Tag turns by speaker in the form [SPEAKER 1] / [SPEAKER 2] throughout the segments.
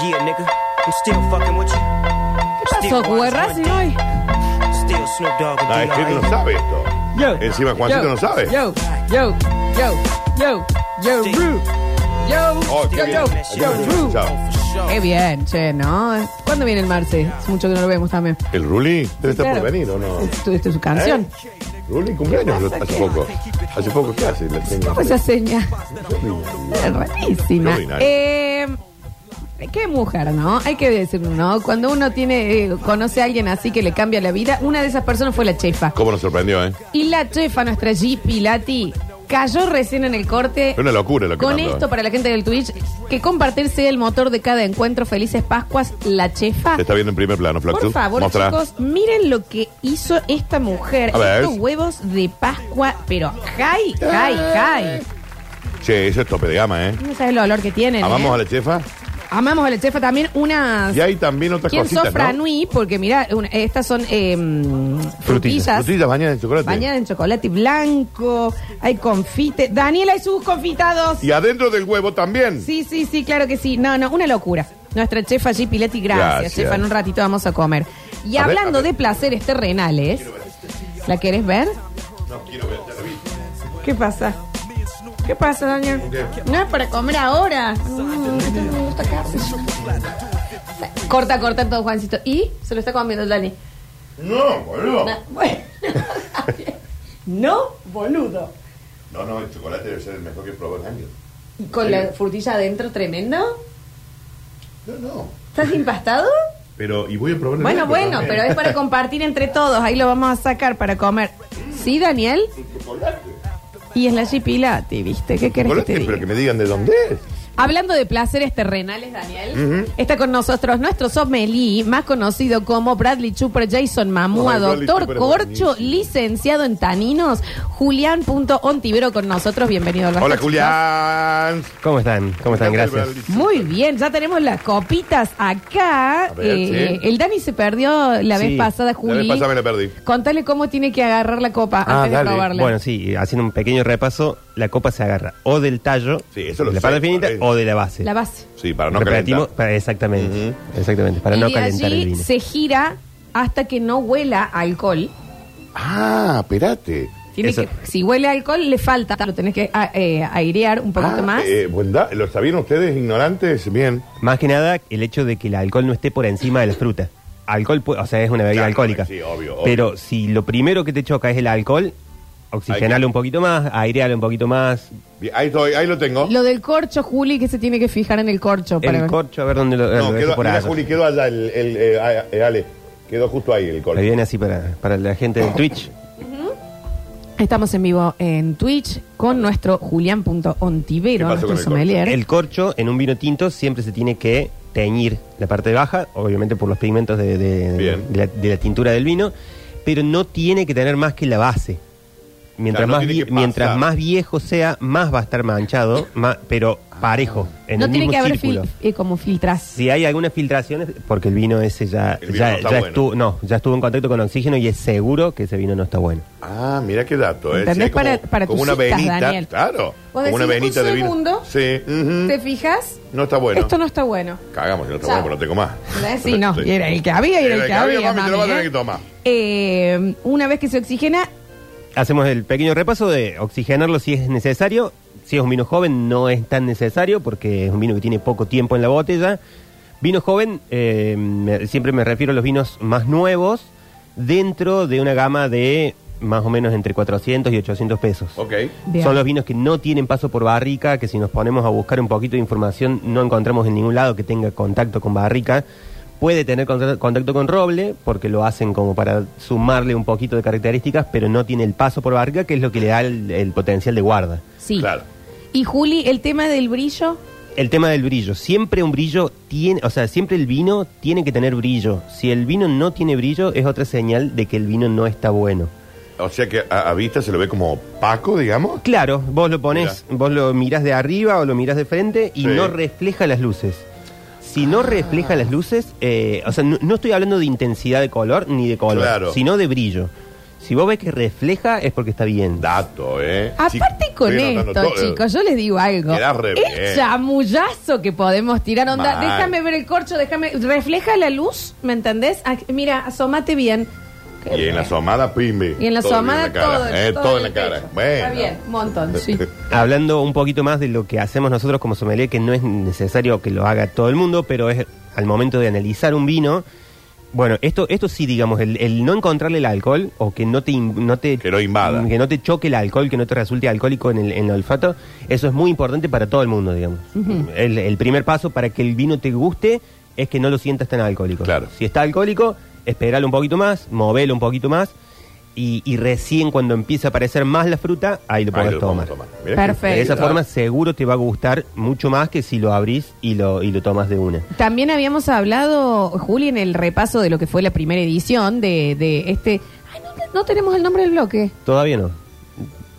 [SPEAKER 1] here, nigga. I'm still fucking with you.
[SPEAKER 2] ¿Qué pasó, Cuba Racing hoy?
[SPEAKER 1] Still Snoop Dogg and
[SPEAKER 3] Ah, es que
[SPEAKER 1] D.R.E..
[SPEAKER 3] él no sabe esto.
[SPEAKER 2] Yo.
[SPEAKER 3] Encima Juancito
[SPEAKER 2] yo,
[SPEAKER 3] no sabe.
[SPEAKER 2] Yo, yo, yo, yo, yo, Ru. Yo,
[SPEAKER 3] Oh, qué
[SPEAKER 2] yo,
[SPEAKER 3] bien.
[SPEAKER 2] yo,
[SPEAKER 3] Así
[SPEAKER 2] yo,
[SPEAKER 3] lo
[SPEAKER 2] Ru.
[SPEAKER 3] escuchaba.
[SPEAKER 2] Qué bien, che, ¿no? ¿Cuándo viene el Marce? Es mucho que no lo vemos también.
[SPEAKER 3] El Ruli debe estar
[SPEAKER 2] Claro.
[SPEAKER 3] por venir, ¿o no?
[SPEAKER 2] Esto, esto es su canción.
[SPEAKER 3] ¿Eh? Ruli cumpleaños lo- hace poco. Hace poco, ¿qué hace? La tengo.
[SPEAKER 2] ¿Cómo Pues esa seña? Es rarísima.
[SPEAKER 3] Extraordinario.
[SPEAKER 2] Eh, qué mujer, ¿no? Hay que decirlo, ¿no? Cuando uno tiene, eh, conoce a alguien así que le cambia la vida, una de esas personas fue la chefa.
[SPEAKER 3] ¿Cómo nos sorprendió, eh?
[SPEAKER 2] Y la chefa, nuestra Jeepy Lati, cayó recién en el corte.
[SPEAKER 3] Es una locura lo que
[SPEAKER 2] Con
[SPEAKER 3] mandó,
[SPEAKER 2] esto
[SPEAKER 3] eh.
[SPEAKER 2] para la gente del Twitch, que compartir sea el motor de cada encuentro. Felices Pascuas, la chefa.
[SPEAKER 3] Te está viendo en primer plano, Flaxu.
[SPEAKER 2] Por favor,
[SPEAKER 3] Mostra.
[SPEAKER 2] chicos, miren lo que hizo esta mujer.
[SPEAKER 3] A ver. Eh.
[SPEAKER 2] Estos huevos de Pascua, pero hi, hi, hi.
[SPEAKER 3] Che, eso es tope de gama, ¿eh?
[SPEAKER 2] No sabes el olor que tienen.
[SPEAKER 3] Amamos
[SPEAKER 2] eh.
[SPEAKER 3] a la chefa.
[SPEAKER 2] Amamos a la chefa también unas.
[SPEAKER 3] Y hay también otras
[SPEAKER 2] ¿Quién
[SPEAKER 3] cositas,
[SPEAKER 2] sofra
[SPEAKER 3] ¿no?
[SPEAKER 2] Nui? Porque mira, una- estas son eh, mm, frutillas.
[SPEAKER 3] Frutillas bañadas en chocolate.
[SPEAKER 2] Bañadas en chocolate blanco, hay confite. Daniela y sus confitados.
[SPEAKER 3] Y adentro del huevo también.
[SPEAKER 2] Sí, sí, sí, claro que sí. No, no, una locura. Nuestra chefa G. Piletti, gracias,
[SPEAKER 3] Gracias.
[SPEAKER 2] chefa. En un ratito vamos a comer. Y
[SPEAKER 3] A ver,
[SPEAKER 2] hablando
[SPEAKER 3] a ver.
[SPEAKER 2] de placeres terrenales, ¿la querés ver? ¿Qué pasa? ¿Qué pasa, Daniel? No es para comer ahora. Mm, esto no me gusta carne. Corta, corta todo, Juancito. Y se lo está comiendo el Dani.
[SPEAKER 3] No, boludo.
[SPEAKER 2] Na- Bueno. no, boludo.
[SPEAKER 3] No, no, el chocolate debe ser el mejor que probó el ángel.
[SPEAKER 2] ¿Y con la frutilla adentro tremendo?
[SPEAKER 3] No, no.
[SPEAKER 2] ¿Estás impastado?
[SPEAKER 3] Pero, y voy a probar el
[SPEAKER 2] Bueno,
[SPEAKER 3] otro
[SPEAKER 2] bueno,
[SPEAKER 3] también.
[SPEAKER 2] pero es para compartir entre todos. Ahí lo vamos a sacar para comer. ¿Sí, Daniel?
[SPEAKER 3] Chocolate.
[SPEAKER 2] Y es la Gipilati, ¿viste? ¿Qué querés que
[SPEAKER 3] Chocolate,
[SPEAKER 2] te diga?
[SPEAKER 3] este, pero que me digan de dónde es.
[SPEAKER 2] Hablando de placeres terrenales, Daniel, está con nosotros nuestro sommelier, más conocido como Bradley Chuper, Jason Mamua,
[SPEAKER 3] Ay, Bradley
[SPEAKER 2] doctor
[SPEAKER 3] Chuper es
[SPEAKER 2] Corcho,
[SPEAKER 3] buenísimo.
[SPEAKER 2] licenciado en taninos, Julián.ontivero con nosotros. Bienvenido. al
[SPEAKER 3] Hola,
[SPEAKER 2] Basta,
[SPEAKER 3] Julián.
[SPEAKER 4] ¿Cómo están? ¿Cómo están? Gracias.
[SPEAKER 2] chicos. Muy bien, ya tenemos las copitas acá.
[SPEAKER 3] A ver,
[SPEAKER 2] Eh,
[SPEAKER 3] sí.
[SPEAKER 2] El Dani se perdió la
[SPEAKER 4] Sí,
[SPEAKER 2] vez pasada,
[SPEAKER 3] La
[SPEAKER 2] Juli.
[SPEAKER 3] vez pasada me la perdí.
[SPEAKER 2] Contale cómo tiene que agarrar la copa
[SPEAKER 3] Ah,
[SPEAKER 2] antes
[SPEAKER 3] dale.
[SPEAKER 2] de probarla.
[SPEAKER 4] Bueno, sí, haciendo un pequeño repaso, la copa se agarra o del tallo,
[SPEAKER 3] Sí, eso lo
[SPEAKER 4] de la
[SPEAKER 3] sé,
[SPEAKER 4] parte finita,
[SPEAKER 3] por ahí.
[SPEAKER 4] o de la base.
[SPEAKER 2] La base.
[SPEAKER 3] Sí, para no
[SPEAKER 4] Repetimos,
[SPEAKER 3] calentar.
[SPEAKER 4] para- exactamente, exactamente, para
[SPEAKER 2] y
[SPEAKER 4] no
[SPEAKER 2] de
[SPEAKER 4] calentar
[SPEAKER 2] allí
[SPEAKER 4] el vino.
[SPEAKER 2] se gira hasta que no huela a alcohol.
[SPEAKER 3] Ah, espérate.
[SPEAKER 2] Tiene
[SPEAKER 4] Eso.
[SPEAKER 2] que, si huele a alcohol, le falta. Lo tenés que a- eh, airear un poquito
[SPEAKER 3] Ah,
[SPEAKER 2] más.
[SPEAKER 3] eh, bondad. ¿Lo sabían ustedes, ignorantes? Bien.
[SPEAKER 4] Más que nada, el hecho de que el alcohol no esté por encima de la fruta. Alcohol, pu- o sea, es una bebida
[SPEAKER 3] Claro,
[SPEAKER 4] alcohólica.
[SPEAKER 3] sí, obvio, obvio.
[SPEAKER 4] Pero si lo primero que te choca es el alcohol,
[SPEAKER 3] Hay que-
[SPEAKER 4] oxigenalo un poquito más, airealo un poquito más.
[SPEAKER 3] Bien, Ahí estoy, ahí lo tengo.
[SPEAKER 2] Lo del corcho, Juli, que se tiene que fijar en el corcho. para
[SPEAKER 4] El
[SPEAKER 2] ver.
[SPEAKER 4] corcho, a ver dónde lo, lo
[SPEAKER 3] no,
[SPEAKER 4] dejo
[SPEAKER 3] quedó,
[SPEAKER 4] por
[SPEAKER 3] mira,
[SPEAKER 4] allá.
[SPEAKER 3] Juli, quedó allá el, el, eh, ah, eh, Ale. Quedó justo ahí el
[SPEAKER 4] Ahí
[SPEAKER 3] col.
[SPEAKER 4] viene así para, para la gente de Twitch.
[SPEAKER 2] Estamos en vivo en Twitch con nuestro Julián.ontivero,
[SPEAKER 3] ¿Qué
[SPEAKER 2] nuestro
[SPEAKER 3] pasó con el corcho?
[SPEAKER 2] sommelier.
[SPEAKER 4] El corcho en un vino tinto siempre se tiene que teñir la parte baja, obviamente por los pigmentos de, de-
[SPEAKER 3] Bien.
[SPEAKER 4] de la, de la tintura del vino, pero no tiene que tener más que la base.
[SPEAKER 3] Claro,
[SPEAKER 4] Mientras,
[SPEAKER 3] no
[SPEAKER 4] más,
[SPEAKER 3] tiene que
[SPEAKER 4] vie-
[SPEAKER 3] pasar.
[SPEAKER 4] mientras más viejo sea, más va a estar manchado, ma- pero parejo, en
[SPEAKER 2] Ah, no
[SPEAKER 4] el
[SPEAKER 2] tiene
[SPEAKER 4] mismo
[SPEAKER 2] que haber
[SPEAKER 4] círculo.
[SPEAKER 2] fil- eh, como filtras.
[SPEAKER 4] Si hay algunas filtraciones, porque el vino ese ya,
[SPEAKER 3] El vino
[SPEAKER 4] ya,
[SPEAKER 3] no está
[SPEAKER 4] ya
[SPEAKER 3] bueno.
[SPEAKER 4] estuvo, no, ya estuvo en contacto con oxígeno y es seguro que ese vino no está bueno.
[SPEAKER 3] Ah, mira qué dato, ¿eh?
[SPEAKER 2] ¿Entendés?
[SPEAKER 3] Sí, hay como,
[SPEAKER 2] Para- para
[SPEAKER 3] como
[SPEAKER 2] tus
[SPEAKER 3] una
[SPEAKER 2] citas,
[SPEAKER 3] venita.
[SPEAKER 2] Daniel.
[SPEAKER 3] Claro.
[SPEAKER 2] Vos
[SPEAKER 3] Como una
[SPEAKER 2] decís,
[SPEAKER 3] venita
[SPEAKER 2] un
[SPEAKER 3] de vino.
[SPEAKER 2] segundo,
[SPEAKER 3] Sí. ujú.
[SPEAKER 2] ¿Te fijas?
[SPEAKER 3] No está bueno.
[SPEAKER 2] Esto no está bueno.
[SPEAKER 3] Cagamos, si no está
[SPEAKER 2] Chao.
[SPEAKER 3] bueno, pero no tengo más.
[SPEAKER 2] Eh, Sí, no, y era el que había, y era el que había.
[SPEAKER 3] mami, te lo vas a
[SPEAKER 2] mami,
[SPEAKER 3] tener
[SPEAKER 2] ¿eh?
[SPEAKER 3] que tomar.
[SPEAKER 2] Eh, una vez que se oxigena,
[SPEAKER 4] Hacemos el pequeño repaso de oxigenarlo si es necesario. Si es un vino joven, no es tan necesario porque es un vino que tiene poco tiempo en la botella. Vino joven, eh, me- siempre me refiero a los vinos más nuevos, dentro de una gama de más o menos entre 400 y 800 pesos.
[SPEAKER 3] Ok.
[SPEAKER 2] Bien.
[SPEAKER 4] Son los vinos que no tienen paso por barrica, que si nos ponemos a buscar un poquito de información no encontramos en ningún lado que tenga contacto con barrica. Puede tener contra- contacto con roble, porque lo hacen como para sumarle un poquito de características, pero no tiene el paso por barrica, que es lo que le da el, el potencial de guarda.
[SPEAKER 2] sí.
[SPEAKER 3] Claro.
[SPEAKER 2] Y Juli, el tema del brillo,
[SPEAKER 4] El tema del brillo. Siempre un brillo tiene, o sea, siempre el vino tiene que tener brillo. Si el vino no tiene brillo, es otra señal de que el vino no está bueno.
[SPEAKER 3] O sea que a, a vista se lo ve como opaco, digamos.
[SPEAKER 4] Claro, vos lo pones, vos lo mirás de arriba o lo mirás de frente y
[SPEAKER 3] Sí.
[SPEAKER 4] no refleja las luces. Si no refleja las luces, eh, o sea, no, no estoy hablando de intensidad de color ni de color,
[SPEAKER 3] Claro.
[SPEAKER 4] sino de brillo. Si vos ves que refleja, es porque está bien.
[SPEAKER 3] Dato, ¿eh?
[SPEAKER 2] Aparte
[SPEAKER 3] Chico,
[SPEAKER 2] con
[SPEAKER 3] estoy anotando
[SPEAKER 2] esto,
[SPEAKER 3] todo.
[SPEAKER 2] chicos, yo les digo algo.
[SPEAKER 3] Quedás re
[SPEAKER 2] El
[SPEAKER 3] bien.
[SPEAKER 2] chamullazo que podemos tirar, onda,
[SPEAKER 3] Mal.
[SPEAKER 2] déjame ver el corcho, déjame. Refleja la luz, ¿me entendés? Ah, mira, asómate bien. Qué
[SPEAKER 3] Y en la
[SPEAKER 2] bien.
[SPEAKER 3] somada, pimbe.
[SPEAKER 2] Y en la
[SPEAKER 3] Todo
[SPEAKER 2] somada
[SPEAKER 3] cara,
[SPEAKER 2] todo.
[SPEAKER 3] ¿eh?
[SPEAKER 2] todo
[SPEAKER 3] Todo en la
[SPEAKER 2] el
[SPEAKER 3] cara.
[SPEAKER 2] pecho.
[SPEAKER 3] Bueno.
[SPEAKER 2] Está bien, un montón, sí.
[SPEAKER 4] Hablando un poquito más de lo que hacemos nosotros como sommelier, que no es necesario que lo haga todo el mundo, pero es al momento de analizar un vino. Bueno, esto, esto sí, digamos, el, el no encontrarle el alcohol o que no te, in- no te
[SPEAKER 3] Que lo invada.
[SPEAKER 4] que no te choque el alcohol, que no te resulte alcohólico en el, en el olfato, eso es muy importante para todo el mundo, digamos. el, el primer paso para que el vino te guste es que no lo sientas tan alcohólico.
[SPEAKER 3] Claro.
[SPEAKER 4] Si está alcohólico, esperalo un poquito más, movelo un poquito más y, y recién cuando empieza a aparecer más la fruta, ahí lo
[SPEAKER 3] Ahí
[SPEAKER 4] podés
[SPEAKER 3] lo
[SPEAKER 4] tomar.
[SPEAKER 3] podemos Mirá que-
[SPEAKER 2] Perfecto.
[SPEAKER 4] De esa
[SPEAKER 3] Ah,
[SPEAKER 4] forma seguro te va a gustar mucho más que si lo abrís y lo, y lo tomas de una.
[SPEAKER 2] También habíamos hablado, Juli, en el repaso de lo que fue la primera edición de, de este. Ay, no, te- no tenemos el nombre del bloque.
[SPEAKER 4] Todavía no.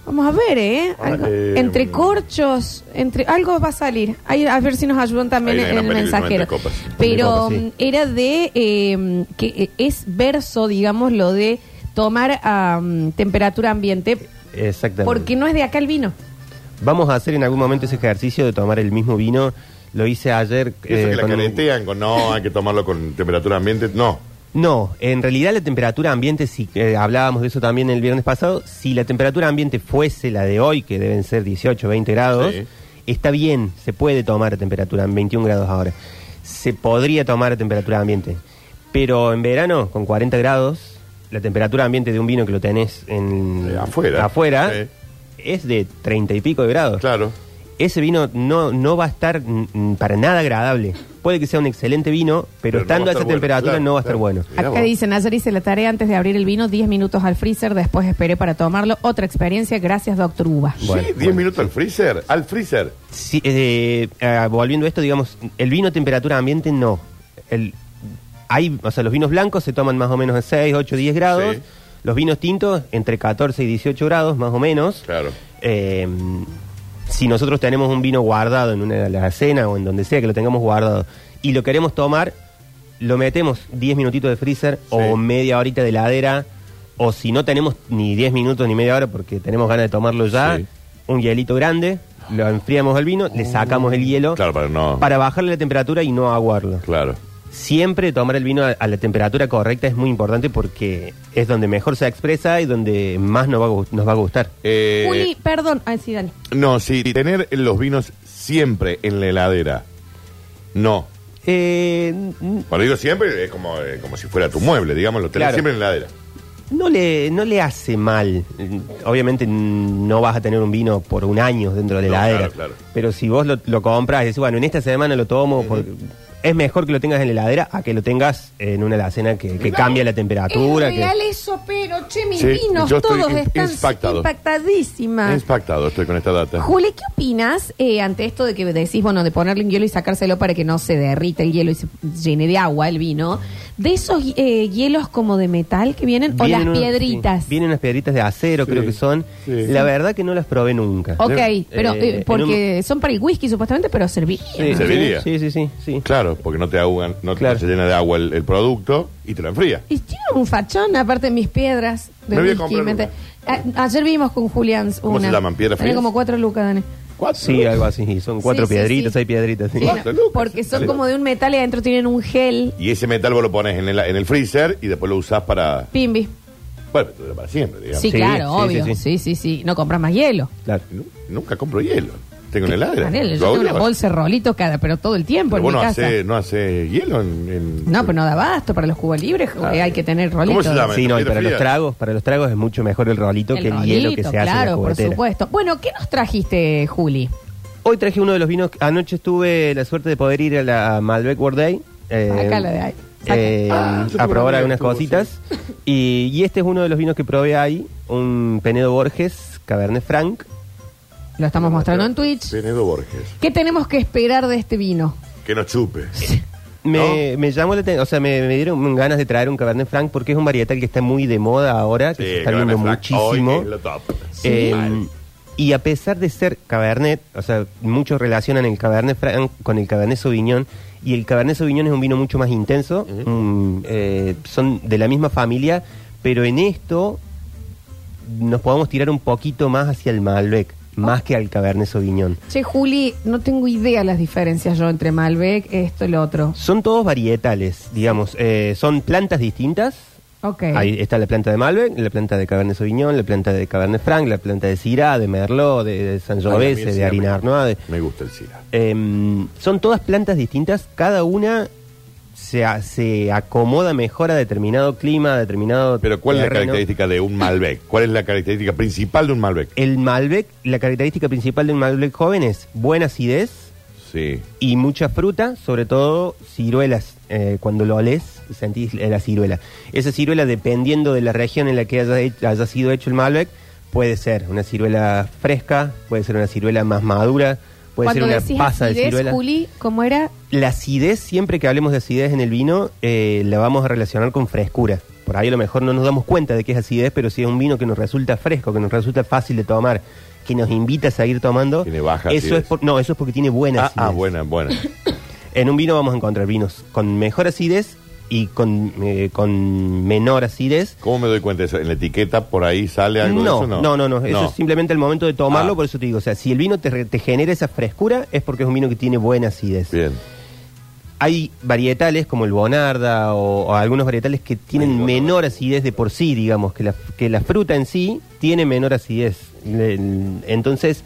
[SPEAKER 2] Vamos a ver, ¿eh?
[SPEAKER 3] Ah,
[SPEAKER 2] Algo-
[SPEAKER 3] Vale.
[SPEAKER 2] entre corchos, entre algo va a salir. Ahí, a ver si nos ayudan también
[SPEAKER 3] Hay una
[SPEAKER 2] en el
[SPEAKER 3] gran película,
[SPEAKER 2] mensajero.
[SPEAKER 3] 90 copas.
[SPEAKER 2] Pero
[SPEAKER 4] 90 copas,
[SPEAKER 2] mm, era de eh, que eh, es verso, digamos, lo de tomar a mm, temperatura ambiente,
[SPEAKER 4] Exactamente.
[SPEAKER 2] porque no es de acá el vino.
[SPEAKER 4] Vamos a hacer en algún momento ese ejercicio de tomar el mismo vino. Lo hice ayer.
[SPEAKER 3] Eso
[SPEAKER 4] eh,
[SPEAKER 3] Ah, que la
[SPEAKER 4] con un-
[SPEAKER 3] caretean con no, hay que tomarlo con temperatura ambiente. No.
[SPEAKER 4] No, en realidad la temperatura ambiente, si eh, hablábamos de eso también el viernes pasado, si la temperatura ambiente fuese la de hoy, que deben ser 18, 20 grados,
[SPEAKER 3] Sí.
[SPEAKER 4] está bien, se puede tomar a temperatura en 21 grados ahora. Se podría tomar a temperatura ambiente. Pero en verano, con 40 grados, la temperatura ambiente de un vino que lo tenés en,
[SPEAKER 3] Eh, afuera.
[SPEAKER 4] afuera,
[SPEAKER 3] Sí.
[SPEAKER 4] es de 30 y pico de grados
[SPEAKER 3] Claro.
[SPEAKER 4] ese vino no, no va a estar mm, mm, para nada agradable. Puede que sea un excelente vino, pero,
[SPEAKER 3] Pero no
[SPEAKER 4] estando
[SPEAKER 3] va a
[SPEAKER 4] a esa
[SPEAKER 3] estar bueno,
[SPEAKER 4] temperatura
[SPEAKER 3] claro,
[SPEAKER 4] no va a estar
[SPEAKER 3] claro.
[SPEAKER 4] bueno.
[SPEAKER 3] Mirá
[SPEAKER 2] Acá
[SPEAKER 3] vos.
[SPEAKER 2] dicen, ayer hice la tarea antes de abrir el vino, 10 minutos al freezer, después esperé para tomarlo. Otra experiencia, gracias, doctor Uva.
[SPEAKER 4] Bueno,
[SPEAKER 3] sí, 10
[SPEAKER 4] bueno.
[SPEAKER 3] minutos al freezer. Al freezer.
[SPEAKER 4] Sí, eh, eh, volviendo a esto, digamos, el vino a temperatura ambiente no. El, hay, o sea, los vinos blancos se toman más o menos en 6, 8, 10 grados.
[SPEAKER 3] Sí.
[SPEAKER 4] Los vinos tintos entre 14 y 18 grados, más o menos.
[SPEAKER 3] Claro.
[SPEAKER 4] Eh, si nosotros tenemos un vino guardado en una alacena o en donde sea que lo tengamos guardado y lo queremos tomar, lo metemos 10 minutitos de freezer o media horita de heladera. O si no tenemos ni 10 minutos ni media hora porque tenemos ganas de tomarlo ya,
[SPEAKER 3] Sí.
[SPEAKER 4] un hielito grande, lo enfriamos el vino, le sacamos el hielo
[SPEAKER 3] Claro, para no.
[SPEAKER 4] para bajarle la temperatura y no aguarlo.
[SPEAKER 3] Claro.
[SPEAKER 4] Siempre tomar el vino a, a la temperatura correcta es muy importante porque es donde mejor se expresa y donde más nos va a, gu- nos va a gustar.
[SPEAKER 3] Eh,
[SPEAKER 2] Juli, perdón. Ay, sí, Dani.
[SPEAKER 3] No, sí, tener los vinos siempre en la heladera. No.
[SPEAKER 4] Eh, n-
[SPEAKER 3] Cuando digo siempre, es como, eh, como si fuera tu mueble, digámoslo. Tener
[SPEAKER 4] Claro.
[SPEAKER 3] siempre en la heladera.
[SPEAKER 4] no, le, no le hace mal. Obviamente n- no vas a tener un vino por un año dentro de
[SPEAKER 3] No,
[SPEAKER 4] la heladera.
[SPEAKER 3] claro, claro.
[SPEAKER 4] Pero si vos lo, lo compras y decís, bueno, en esta semana lo tomo, porque es mejor que lo tengas en la heladera a que lo tengas en una alacena que, que cambia la temperatura.
[SPEAKER 2] Es
[SPEAKER 4] que-
[SPEAKER 2] real eso, pero che, mis
[SPEAKER 3] Sí,
[SPEAKER 2] vinos
[SPEAKER 3] yo estoy
[SPEAKER 2] todos
[SPEAKER 3] im-
[SPEAKER 2] están
[SPEAKER 3] impactado.
[SPEAKER 2] impactadísimas.
[SPEAKER 3] Impactado estoy con esta data.
[SPEAKER 2] Juli, ¿qué opinas eh, ante esto de que decís, bueno, de ponerle un hielo y sacárselo para que no se derrita el hielo y se llene de agua el vino? De esos eh, hielos como de metal que vienen, o las
[SPEAKER 4] unos-
[SPEAKER 2] piedritas.
[SPEAKER 4] sí, vienen unas piedritas de acero,
[SPEAKER 3] Sí,
[SPEAKER 4] creo que son.
[SPEAKER 3] sí.
[SPEAKER 4] La verdad que no las probé nunca.
[SPEAKER 2] ok,
[SPEAKER 4] Eh,
[SPEAKER 2] pero eh,
[SPEAKER 4] en un-
[SPEAKER 2] porque son para el whisky supuestamente, pero servirían.
[SPEAKER 4] Sí,
[SPEAKER 3] ¿Serviría?
[SPEAKER 4] Sí, sí, sí. sí.
[SPEAKER 3] Claro, porque no te ahogan, no te-
[SPEAKER 4] Claro.
[SPEAKER 3] se llena de agua el, el producto y te lo enfría.
[SPEAKER 2] Y tiene un fachón, aparte de mis piedras. De
[SPEAKER 3] Me voy a
[SPEAKER 2] whisky,
[SPEAKER 3] comprar
[SPEAKER 2] me
[SPEAKER 3] una.
[SPEAKER 2] ent- A- ayer vimos con Julián una.
[SPEAKER 3] ¿Cómo se llaman? ¿Piedras
[SPEAKER 2] Tiene
[SPEAKER 3] frías?
[SPEAKER 2] como cuatro lucas, Dani.
[SPEAKER 3] ¿Cuatro?
[SPEAKER 4] Sí, algo así. Son cuatro
[SPEAKER 2] Sí, sí,
[SPEAKER 4] piedritas,
[SPEAKER 2] sí.
[SPEAKER 4] seis piedritas. sí.
[SPEAKER 2] Sí, no,
[SPEAKER 3] Cuatro lucas.
[SPEAKER 2] porque son
[SPEAKER 3] Sí.
[SPEAKER 2] como de un metal y adentro tienen un gel.
[SPEAKER 3] Y ese metal vos lo pones en el, en el freezer y después lo usás para.
[SPEAKER 2] Pimbi.
[SPEAKER 3] Bueno, te dura para siempre, digamos.
[SPEAKER 2] Sí,
[SPEAKER 4] Sí,
[SPEAKER 2] claro,
[SPEAKER 4] sí,
[SPEAKER 2] obvio. Sí
[SPEAKER 4] sí,
[SPEAKER 2] sí. sí, No compras más hielo.
[SPEAKER 4] Claro.
[SPEAKER 3] Nu- Nunca compro hielo. Tengo en el heladera.
[SPEAKER 2] Daniel,
[SPEAKER 3] Lo
[SPEAKER 2] yo tengo
[SPEAKER 3] hago
[SPEAKER 2] una
[SPEAKER 3] yo.
[SPEAKER 2] bolsa de rolitos cada, pero todo el tiempo
[SPEAKER 3] Pero
[SPEAKER 2] en
[SPEAKER 3] vos
[SPEAKER 2] mi
[SPEAKER 3] no
[SPEAKER 2] casa.
[SPEAKER 3] hace, no hace hielo en. en-
[SPEAKER 2] No, pero no da abasto para los cubos libres, eh, hay que tener
[SPEAKER 3] Ah, ¿Cómo
[SPEAKER 2] rolitos.
[SPEAKER 3] se llama?
[SPEAKER 4] Sí, no, y
[SPEAKER 3] ¿Piedra
[SPEAKER 4] para
[SPEAKER 3] fría?
[SPEAKER 4] los tragos, para los tragos es mucho mejor el rolito que el hielo que se hace en la
[SPEAKER 2] claro, por
[SPEAKER 4] cubetera.
[SPEAKER 2] supuesto. Bueno, ¿qué nos trajiste, Juli?
[SPEAKER 4] Hoy traje uno de los vinos. Anoche tuve la suerte de poder ir a la Malbec World Day. eh,
[SPEAKER 2] Acá la de ahí. Saca.
[SPEAKER 4] eh,
[SPEAKER 3] Ah, yo
[SPEAKER 4] a
[SPEAKER 3] tengo
[SPEAKER 4] probar
[SPEAKER 3] una amiga
[SPEAKER 4] algunas
[SPEAKER 3] que estuvo,
[SPEAKER 4] cositas. Y, y este es uno de los vinos que probé ahí. Un Penedo Borges, Cabernet Franc.
[SPEAKER 2] Lo estamos mostrando en Twitch.
[SPEAKER 3] Penedo Borges.
[SPEAKER 2] ¿Qué tenemos que esperar de este vino?
[SPEAKER 3] Que no chupe.
[SPEAKER 4] Me, me llamó la atención, o sea, me, me dieron ganas de traer un Cabernet Franc porque es un varietal que está muy de moda ahora, que
[SPEAKER 3] Sí,
[SPEAKER 4] se está
[SPEAKER 3] Cabernet
[SPEAKER 4] viendo
[SPEAKER 3] Franc.
[SPEAKER 4] muchísimo.
[SPEAKER 3] Hoy es lo top.
[SPEAKER 4] Eh,
[SPEAKER 3] Mal.
[SPEAKER 4] y a pesar de ser Cabernet, o sea, muchos relacionan el Cabernet Franc con el Cabernet Sauvignon, y el Cabernet Sauvignon es un vino mucho más intenso, mm, eh, son de la misma familia, pero en esto nos podamos tirar un poquito más hacia el Malbec, más que al Cabernet Sauvignon.
[SPEAKER 2] Che, Juli, no tengo idea las diferencias yo entre Malbec, esto y lo otro.
[SPEAKER 4] Son todos varietales, digamos. eh, son plantas distintas.
[SPEAKER 2] Ok.
[SPEAKER 4] Ahí está la planta de Malbec, la planta de Cabernet Sauvignon, la planta de Cabernet Franc, la planta de Syrah, de Merlot, de, de
[SPEAKER 3] Ay, a mí
[SPEAKER 4] Sangiovese,
[SPEAKER 3] el
[SPEAKER 4] de
[SPEAKER 3] Syrah me-
[SPEAKER 4] Harina Arnois. de-
[SPEAKER 3] Me gusta el Sira.
[SPEAKER 4] Em, son todas plantas distintas, cada una se, a- se acomoda mejor a determinado clima, a determinado.
[SPEAKER 3] Pero ¿cuál es la
[SPEAKER 4] terreno.
[SPEAKER 3] característica de un Malbec? ¿Cuál es la característica principal de un Malbec?
[SPEAKER 4] El Malbec, la característica principal del Malbec joven es buena acidez
[SPEAKER 3] Sí.
[SPEAKER 4] y mucha fruta, sobre todo ciruelas. Eh, cuando lo olés, sentís la ciruela. Esa ciruela, dependiendo de la región en la que haya, hecho- haya sido hecho el Malbec, puede ser una ciruela fresca, puede ser una ciruela más madura, puede
[SPEAKER 2] Cuando
[SPEAKER 4] ser
[SPEAKER 2] decís
[SPEAKER 4] una pasa de
[SPEAKER 2] acidez,
[SPEAKER 4] ciruela.
[SPEAKER 2] Juli, ¿cómo era?
[SPEAKER 4] La acidez, siempre que hablemos de acidez en el vino, eh, la vamos a relacionar con frescura. Por ahí a lo mejor no nos damos cuenta de que es acidez, pero si es un vino que nos resulta fresco, que nos resulta fácil de tomar, que nos invita a seguir tomando,
[SPEAKER 3] Tiene baja
[SPEAKER 4] eso
[SPEAKER 3] acidez.
[SPEAKER 4] es por- no, eso es porque tiene buena
[SPEAKER 3] Ah,
[SPEAKER 4] acidez.
[SPEAKER 3] ah, buena, buena.
[SPEAKER 4] En un vino vamos a encontrar vinos con mejor acidez y con, eh, con menor acidez.
[SPEAKER 3] ¿Cómo me doy cuenta de eso? ¿En la etiqueta por ahí sale algo de
[SPEAKER 4] No,
[SPEAKER 3] eso?
[SPEAKER 4] no, no, no, Eso es simplemente el momento de tomarlo,
[SPEAKER 3] Ah.
[SPEAKER 4] por eso te digo. O sea, si el vino te, re- te genera esa frescura, es porque es un vino que tiene buena acidez.
[SPEAKER 3] Bien.
[SPEAKER 4] Hay varietales como el Bonarda o, o algunos varietales que
[SPEAKER 3] Ay,
[SPEAKER 4] tienen
[SPEAKER 3] Bonarda.
[SPEAKER 4] menor acidez de por sí, digamos, que la, que la fruta en sí tiene menor acidez. Le- el- entonces,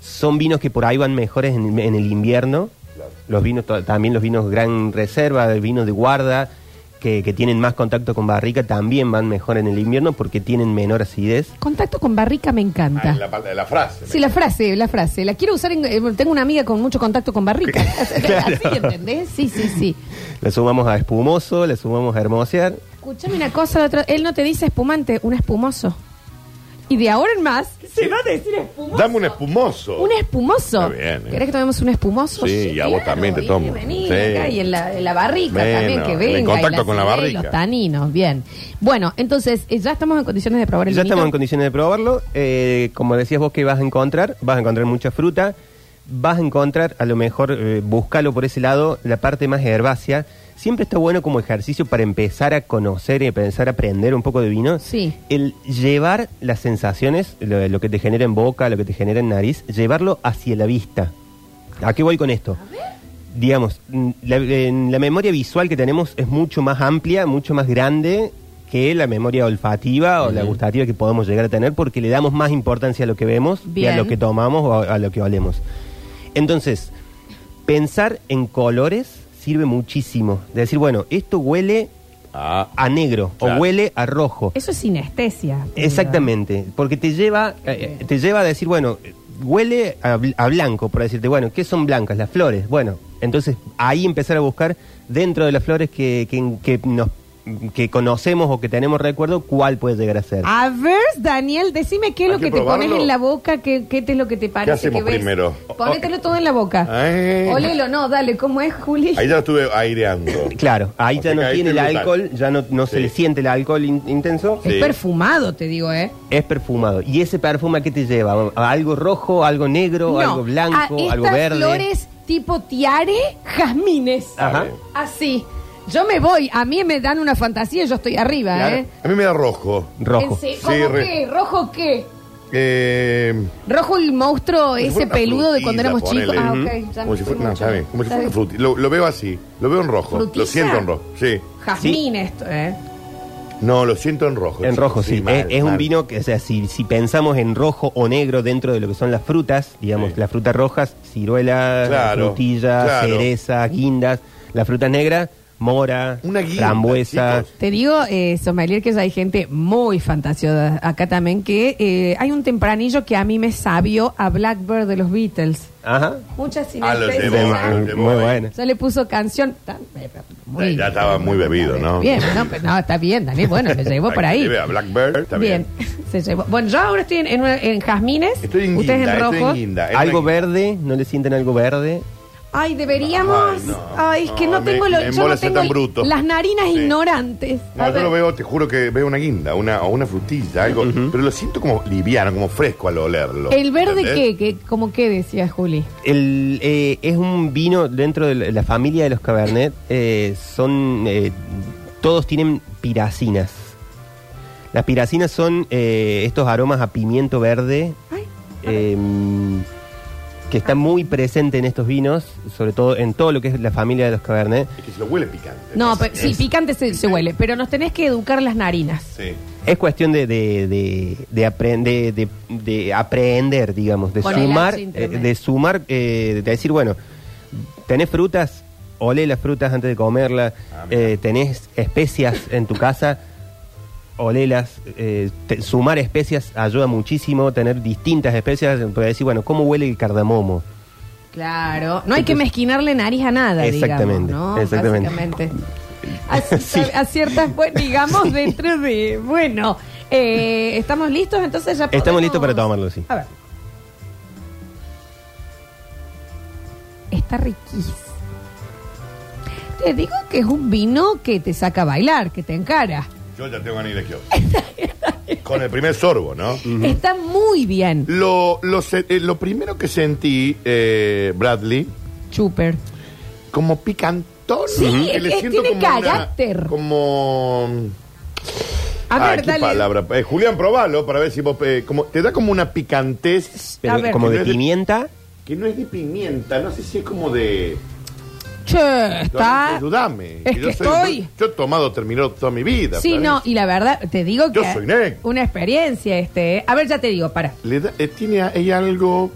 [SPEAKER 4] son vinos que por ahí van mejores en, en el invierno. Los vinos, to- también los vinos gran reserva, vinos de guarda, que, que tienen más contacto con barrica, también van mejor en el invierno porque tienen menor acidez.
[SPEAKER 2] Contacto con barrica me encanta.
[SPEAKER 3] Ah, la, parte- la frase.
[SPEAKER 2] Sí, la frase, la frase. La quiero usar en... eh, tengo una amiga con mucho contacto con barrica. Así, ¿entendés? Sí, sí, sí.
[SPEAKER 4] La sumamos a espumoso, la sumamos a hermosear.
[SPEAKER 2] Escúchame una cosa, otra- él no te dice espumante, un espumoso. Y de ahora en más, se va a decir espumoso.
[SPEAKER 3] Dame un espumoso.
[SPEAKER 2] Un espumoso.
[SPEAKER 3] Está bien, eh.
[SPEAKER 2] ¿Querés que tomemos un espumoso?
[SPEAKER 3] Sí, y a vos también te
[SPEAKER 2] y
[SPEAKER 3] tomo.
[SPEAKER 2] vení
[SPEAKER 3] Sí.
[SPEAKER 2] acá y en la, en la barrica
[SPEAKER 3] Bueno,
[SPEAKER 2] también que
[SPEAKER 3] en
[SPEAKER 2] venga. y
[SPEAKER 3] contacto con la
[SPEAKER 2] acidez,
[SPEAKER 3] barrica.
[SPEAKER 2] Los taninos, bien. Bueno, entonces, eh, ya estamos en condiciones de probar el
[SPEAKER 4] Ya
[SPEAKER 2] vinito?
[SPEAKER 4] estamos en condiciones de probarlo. Eh, como decías vos que vas a encontrar, vas a encontrar mucha fruta, vas a encontrar, a lo mejor, eh, búscalo por ese lado, la parte más herbácea. Siempre está bueno como ejercicio para empezar a conocer y empezar a aprender un poco de vino.
[SPEAKER 2] Sí.
[SPEAKER 4] El llevar las sensaciones, lo, lo que te genera en boca, lo que te genera en nariz, llevarlo hacia la vista. ¿A qué voy con esto? digamos, mm, la, en la memoria visual que tenemos es mucho más amplia, mucho más grande que la memoria olfativa o la gustativa que podemos llegar a tener porque le damos más importancia a lo que vemos que a
[SPEAKER 2] Bien.
[SPEAKER 4] lo que tomamos o a, a lo que olemos. Entonces, pensar en colores sirve muchísimo. De decir, bueno, esto huele
[SPEAKER 3] Ah,
[SPEAKER 4] a negro
[SPEAKER 3] Claro.
[SPEAKER 4] o huele a rojo.
[SPEAKER 2] Eso es sinestesia.
[SPEAKER 4] Exactamente, porque te lleva, eh, te lleva a decir, bueno, eh, huele a, bl- a blanco, por decirte, bueno, ¿qué son blancas? Las flores. Bueno, entonces ahí empezar a buscar dentro de las flores que, que, que nos, que conocemos o que tenemos recuerdo, cuál puede llegar a ser.
[SPEAKER 2] A ver, Daniel, decime qué es
[SPEAKER 3] Hay
[SPEAKER 2] lo que,
[SPEAKER 3] que
[SPEAKER 2] te
[SPEAKER 3] probarlo.
[SPEAKER 2] pones en la boca, qué, qué te es lo que te parece
[SPEAKER 3] hacemos
[SPEAKER 2] que ves.
[SPEAKER 3] primero?
[SPEAKER 2] Ponételo todo en la boca.
[SPEAKER 3] Ay.
[SPEAKER 2] Olelo, no, dale, ¿cómo es, Juli?
[SPEAKER 3] ah. Eh. ahí ya estuve aireando.
[SPEAKER 4] Claro, ahí
[SPEAKER 3] O
[SPEAKER 4] ya
[SPEAKER 3] sea que
[SPEAKER 4] no
[SPEAKER 3] ahí
[SPEAKER 4] tiene el
[SPEAKER 3] te gusta.
[SPEAKER 4] alcohol, ya no, no se
[SPEAKER 3] Sí.
[SPEAKER 4] le siente el alcohol in- intenso.
[SPEAKER 2] Es
[SPEAKER 3] Sí.
[SPEAKER 2] perfumado, te digo, ¿eh?
[SPEAKER 4] Es perfumado. ¿Y ese perfume a qué te lleva? ¿A algo rojo, algo negro, algo
[SPEAKER 2] a
[SPEAKER 4] blanco,
[SPEAKER 2] estas
[SPEAKER 4] algo verde? Ah.
[SPEAKER 2] flores tipo tiare, jazmines.
[SPEAKER 4] Ajá.
[SPEAKER 2] Así. Yo me voy, a mí me dan una fantasía y yo estoy arriba, ¿eh?
[SPEAKER 3] A mí me da rojo.
[SPEAKER 4] Rojo.
[SPEAKER 2] En se- ¿Cómo
[SPEAKER 3] re-
[SPEAKER 2] qué? ¿Rojo qué?
[SPEAKER 3] Eh,
[SPEAKER 2] Rojo el monstruo
[SPEAKER 3] como si
[SPEAKER 2] ese
[SPEAKER 3] fuera una
[SPEAKER 2] peludo de cuando
[SPEAKER 3] frutilla,
[SPEAKER 2] éramos
[SPEAKER 3] ponele.
[SPEAKER 2] chicos. Ah,
[SPEAKER 3] Ujú.
[SPEAKER 2] ok. ya
[SPEAKER 3] Como
[SPEAKER 2] me
[SPEAKER 3] si
[SPEAKER 2] fui
[SPEAKER 3] fuera, no,
[SPEAKER 2] mucho.
[SPEAKER 3] está bien. Como si fuera
[SPEAKER 2] Está
[SPEAKER 3] una fruti- Lo, lo veo así. Lo veo en rojo.
[SPEAKER 2] ¿Frutilla?
[SPEAKER 3] Lo siento en rojo. Sí.
[SPEAKER 2] bien. Jazmín esto, ¿eh?
[SPEAKER 3] No, lo siento en rojo.
[SPEAKER 4] En rojo, sí.
[SPEAKER 3] mal,
[SPEAKER 4] es es un
[SPEAKER 3] mal.
[SPEAKER 4] vino que, o sea, si, si pensamos en rojo o negro dentro de lo que son las frutas, digamos,
[SPEAKER 3] Sí.
[SPEAKER 4] las frutas rojas, ciruela,
[SPEAKER 3] Claro,
[SPEAKER 4] frutilla,
[SPEAKER 3] claro.
[SPEAKER 4] cereza, guindas, las frutas negras, mora,
[SPEAKER 3] Una guinda,
[SPEAKER 4] frambuesa.
[SPEAKER 3] chicos.
[SPEAKER 2] Te digo, eh, sommelier, que ya hay gente muy fantasiosa acá también, que eh, hay un tempranillo que a mí me sabió a Blackbird de los Beatles.
[SPEAKER 4] Ajá.
[SPEAKER 2] Muchas
[SPEAKER 3] Ah, los
[SPEAKER 2] sinestesias.
[SPEAKER 3] de Bowie,
[SPEAKER 4] Muy
[SPEAKER 3] los de Bowie.
[SPEAKER 4] buena.
[SPEAKER 2] Yo le puso canción. tan-
[SPEAKER 3] Ya- ya estaba muy bebido, ¿no?
[SPEAKER 2] Bien, no, pero no, está bien, Daniel. Bueno, lo llevó por ahí.
[SPEAKER 3] Ahí a Blackbird. Está bien.
[SPEAKER 2] Bien, se llevó. Bueno, yo ahora estoy en, en, una- en jazmines.
[SPEAKER 3] Estoy en
[SPEAKER 2] Ustedes
[SPEAKER 3] guinda,
[SPEAKER 2] en rojo.
[SPEAKER 3] estoy en guinda. Es
[SPEAKER 4] Algo
[SPEAKER 3] una-
[SPEAKER 4] verde, ¿no le sienten algo verde?
[SPEAKER 2] Ay, deberíamos. Ay,
[SPEAKER 3] Ay, no.
[SPEAKER 2] es que no,
[SPEAKER 3] No, me-
[SPEAKER 2] tengo lo-
[SPEAKER 3] me
[SPEAKER 2] yo
[SPEAKER 3] embola
[SPEAKER 2] no
[SPEAKER 3] ser
[SPEAKER 2] tengo
[SPEAKER 3] tan bruto.
[SPEAKER 2] las narinas
[SPEAKER 3] Sí.
[SPEAKER 2] ignorantes. A
[SPEAKER 3] No, yo
[SPEAKER 2] ver.
[SPEAKER 3] lo veo, te juro que veo una guinda, una, o una frutilla, algo. Pero lo siento como liviano, como fresco al olerlo.
[SPEAKER 2] ¿El verde
[SPEAKER 3] ¿entendés?
[SPEAKER 2] qué? ¿Qué- ¿Cómo qué decía Juli?
[SPEAKER 4] El, eh, es un vino dentro de la- la familia de los Cabernet. eh, son eh, Todos tienen piracinas. Las piracinas son eh, estos aromas a pimiento verde
[SPEAKER 2] Ay,
[SPEAKER 4] eh, que están muy presentes en estos vinos, sobre todo en todo lo que es la familia de los cabernet.
[SPEAKER 3] Es que se lo huele picante.
[SPEAKER 2] No,
[SPEAKER 3] Es-
[SPEAKER 2] pero, sí,
[SPEAKER 3] es-
[SPEAKER 2] picante se, se huele, pero nos tenés que educar las narinas.
[SPEAKER 3] Sí.
[SPEAKER 4] Es cuestión de, de, de, de apren- de- de- de aprender, digamos, de
[SPEAKER 2] Con el
[SPEAKER 4] sumar,
[SPEAKER 2] H
[SPEAKER 4] eh,
[SPEAKER 2] intermedio.
[SPEAKER 4] de sumar, eh, de decir, bueno, tenés frutas, olé las frutas antes de comerlas,
[SPEAKER 3] Ah, mira.
[SPEAKER 4] eh, tenés especias en tu casa, olélas, eh, te- sumar especias ayuda muchísimo, tener distintas especias, para decir, bueno, ¿cómo huele el cardamomo?
[SPEAKER 2] Claro. No hay que mezquinarle nariz a nada,
[SPEAKER 4] Exactamente,
[SPEAKER 2] digamos, ¿no?
[SPEAKER 4] exactamente.
[SPEAKER 2] Básicamente. A, ci-
[SPEAKER 4] Sí.
[SPEAKER 2] a ciertas, pues, digamos, dentro de... Bueno, eh, ¿estamos listos? Entonces ya
[SPEAKER 4] Estamos
[SPEAKER 2] podemos-
[SPEAKER 4] listos para tomarlo, sí.
[SPEAKER 2] A ver. Está riquísimo. Te digo que es un vino que te saca a bailar, que te encara.
[SPEAKER 3] Yo ya tengo ganas de ir a kiosco. Con el primer sorbo, ¿no?
[SPEAKER 2] Está muy bien,
[SPEAKER 3] Lo, lo, se- eh, lo primero que sentí, eh, Bradley,
[SPEAKER 2] Chuper.
[SPEAKER 3] como picantón.
[SPEAKER 2] Sí,
[SPEAKER 3] Ujú.
[SPEAKER 2] es
[SPEAKER 3] Que
[SPEAKER 2] que tiene
[SPEAKER 3] una-
[SPEAKER 2] carácter.
[SPEAKER 3] como...
[SPEAKER 2] A
[SPEAKER 3] Ah,
[SPEAKER 2] ver,
[SPEAKER 3] qué
[SPEAKER 2] dale.
[SPEAKER 3] palabra. Eh, Julián, probalo para ver si vos... eh, como, te da como una picantez
[SPEAKER 4] Pero
[SPEAKER 2] A ver.
[SPEAKER 4] como de
[SPEAKER 3] Pero es de-
[SPEAKER 4] pimienta,
[SPEAKER 3] que no es de pimienta, no sé si es como de...
[SPEAKER 2] Che, está.
[SPEAKER 3] Ayúdame.
[SPEAKER 2] Es que
[SPEAKER 3] soy-
[SPEAKER 2] estoy.
[SPEAKER 3] Yo he tomado, terminó toda mi vida.
[SPEAKER 2] Sí,
[SPEAKER 3] para
[SPEAKER 2] no,
[SPEAKER 3] mí.
[SPEAKER 2] y la verdad, te digo que.
[SPEAKER 3] Yo soy negro.
[SPEAKER 2] Una experiencia, este. eh. A ver, ya te digo, para.
[SPEAKER 3] Le da- eh, tiene a- hay algo...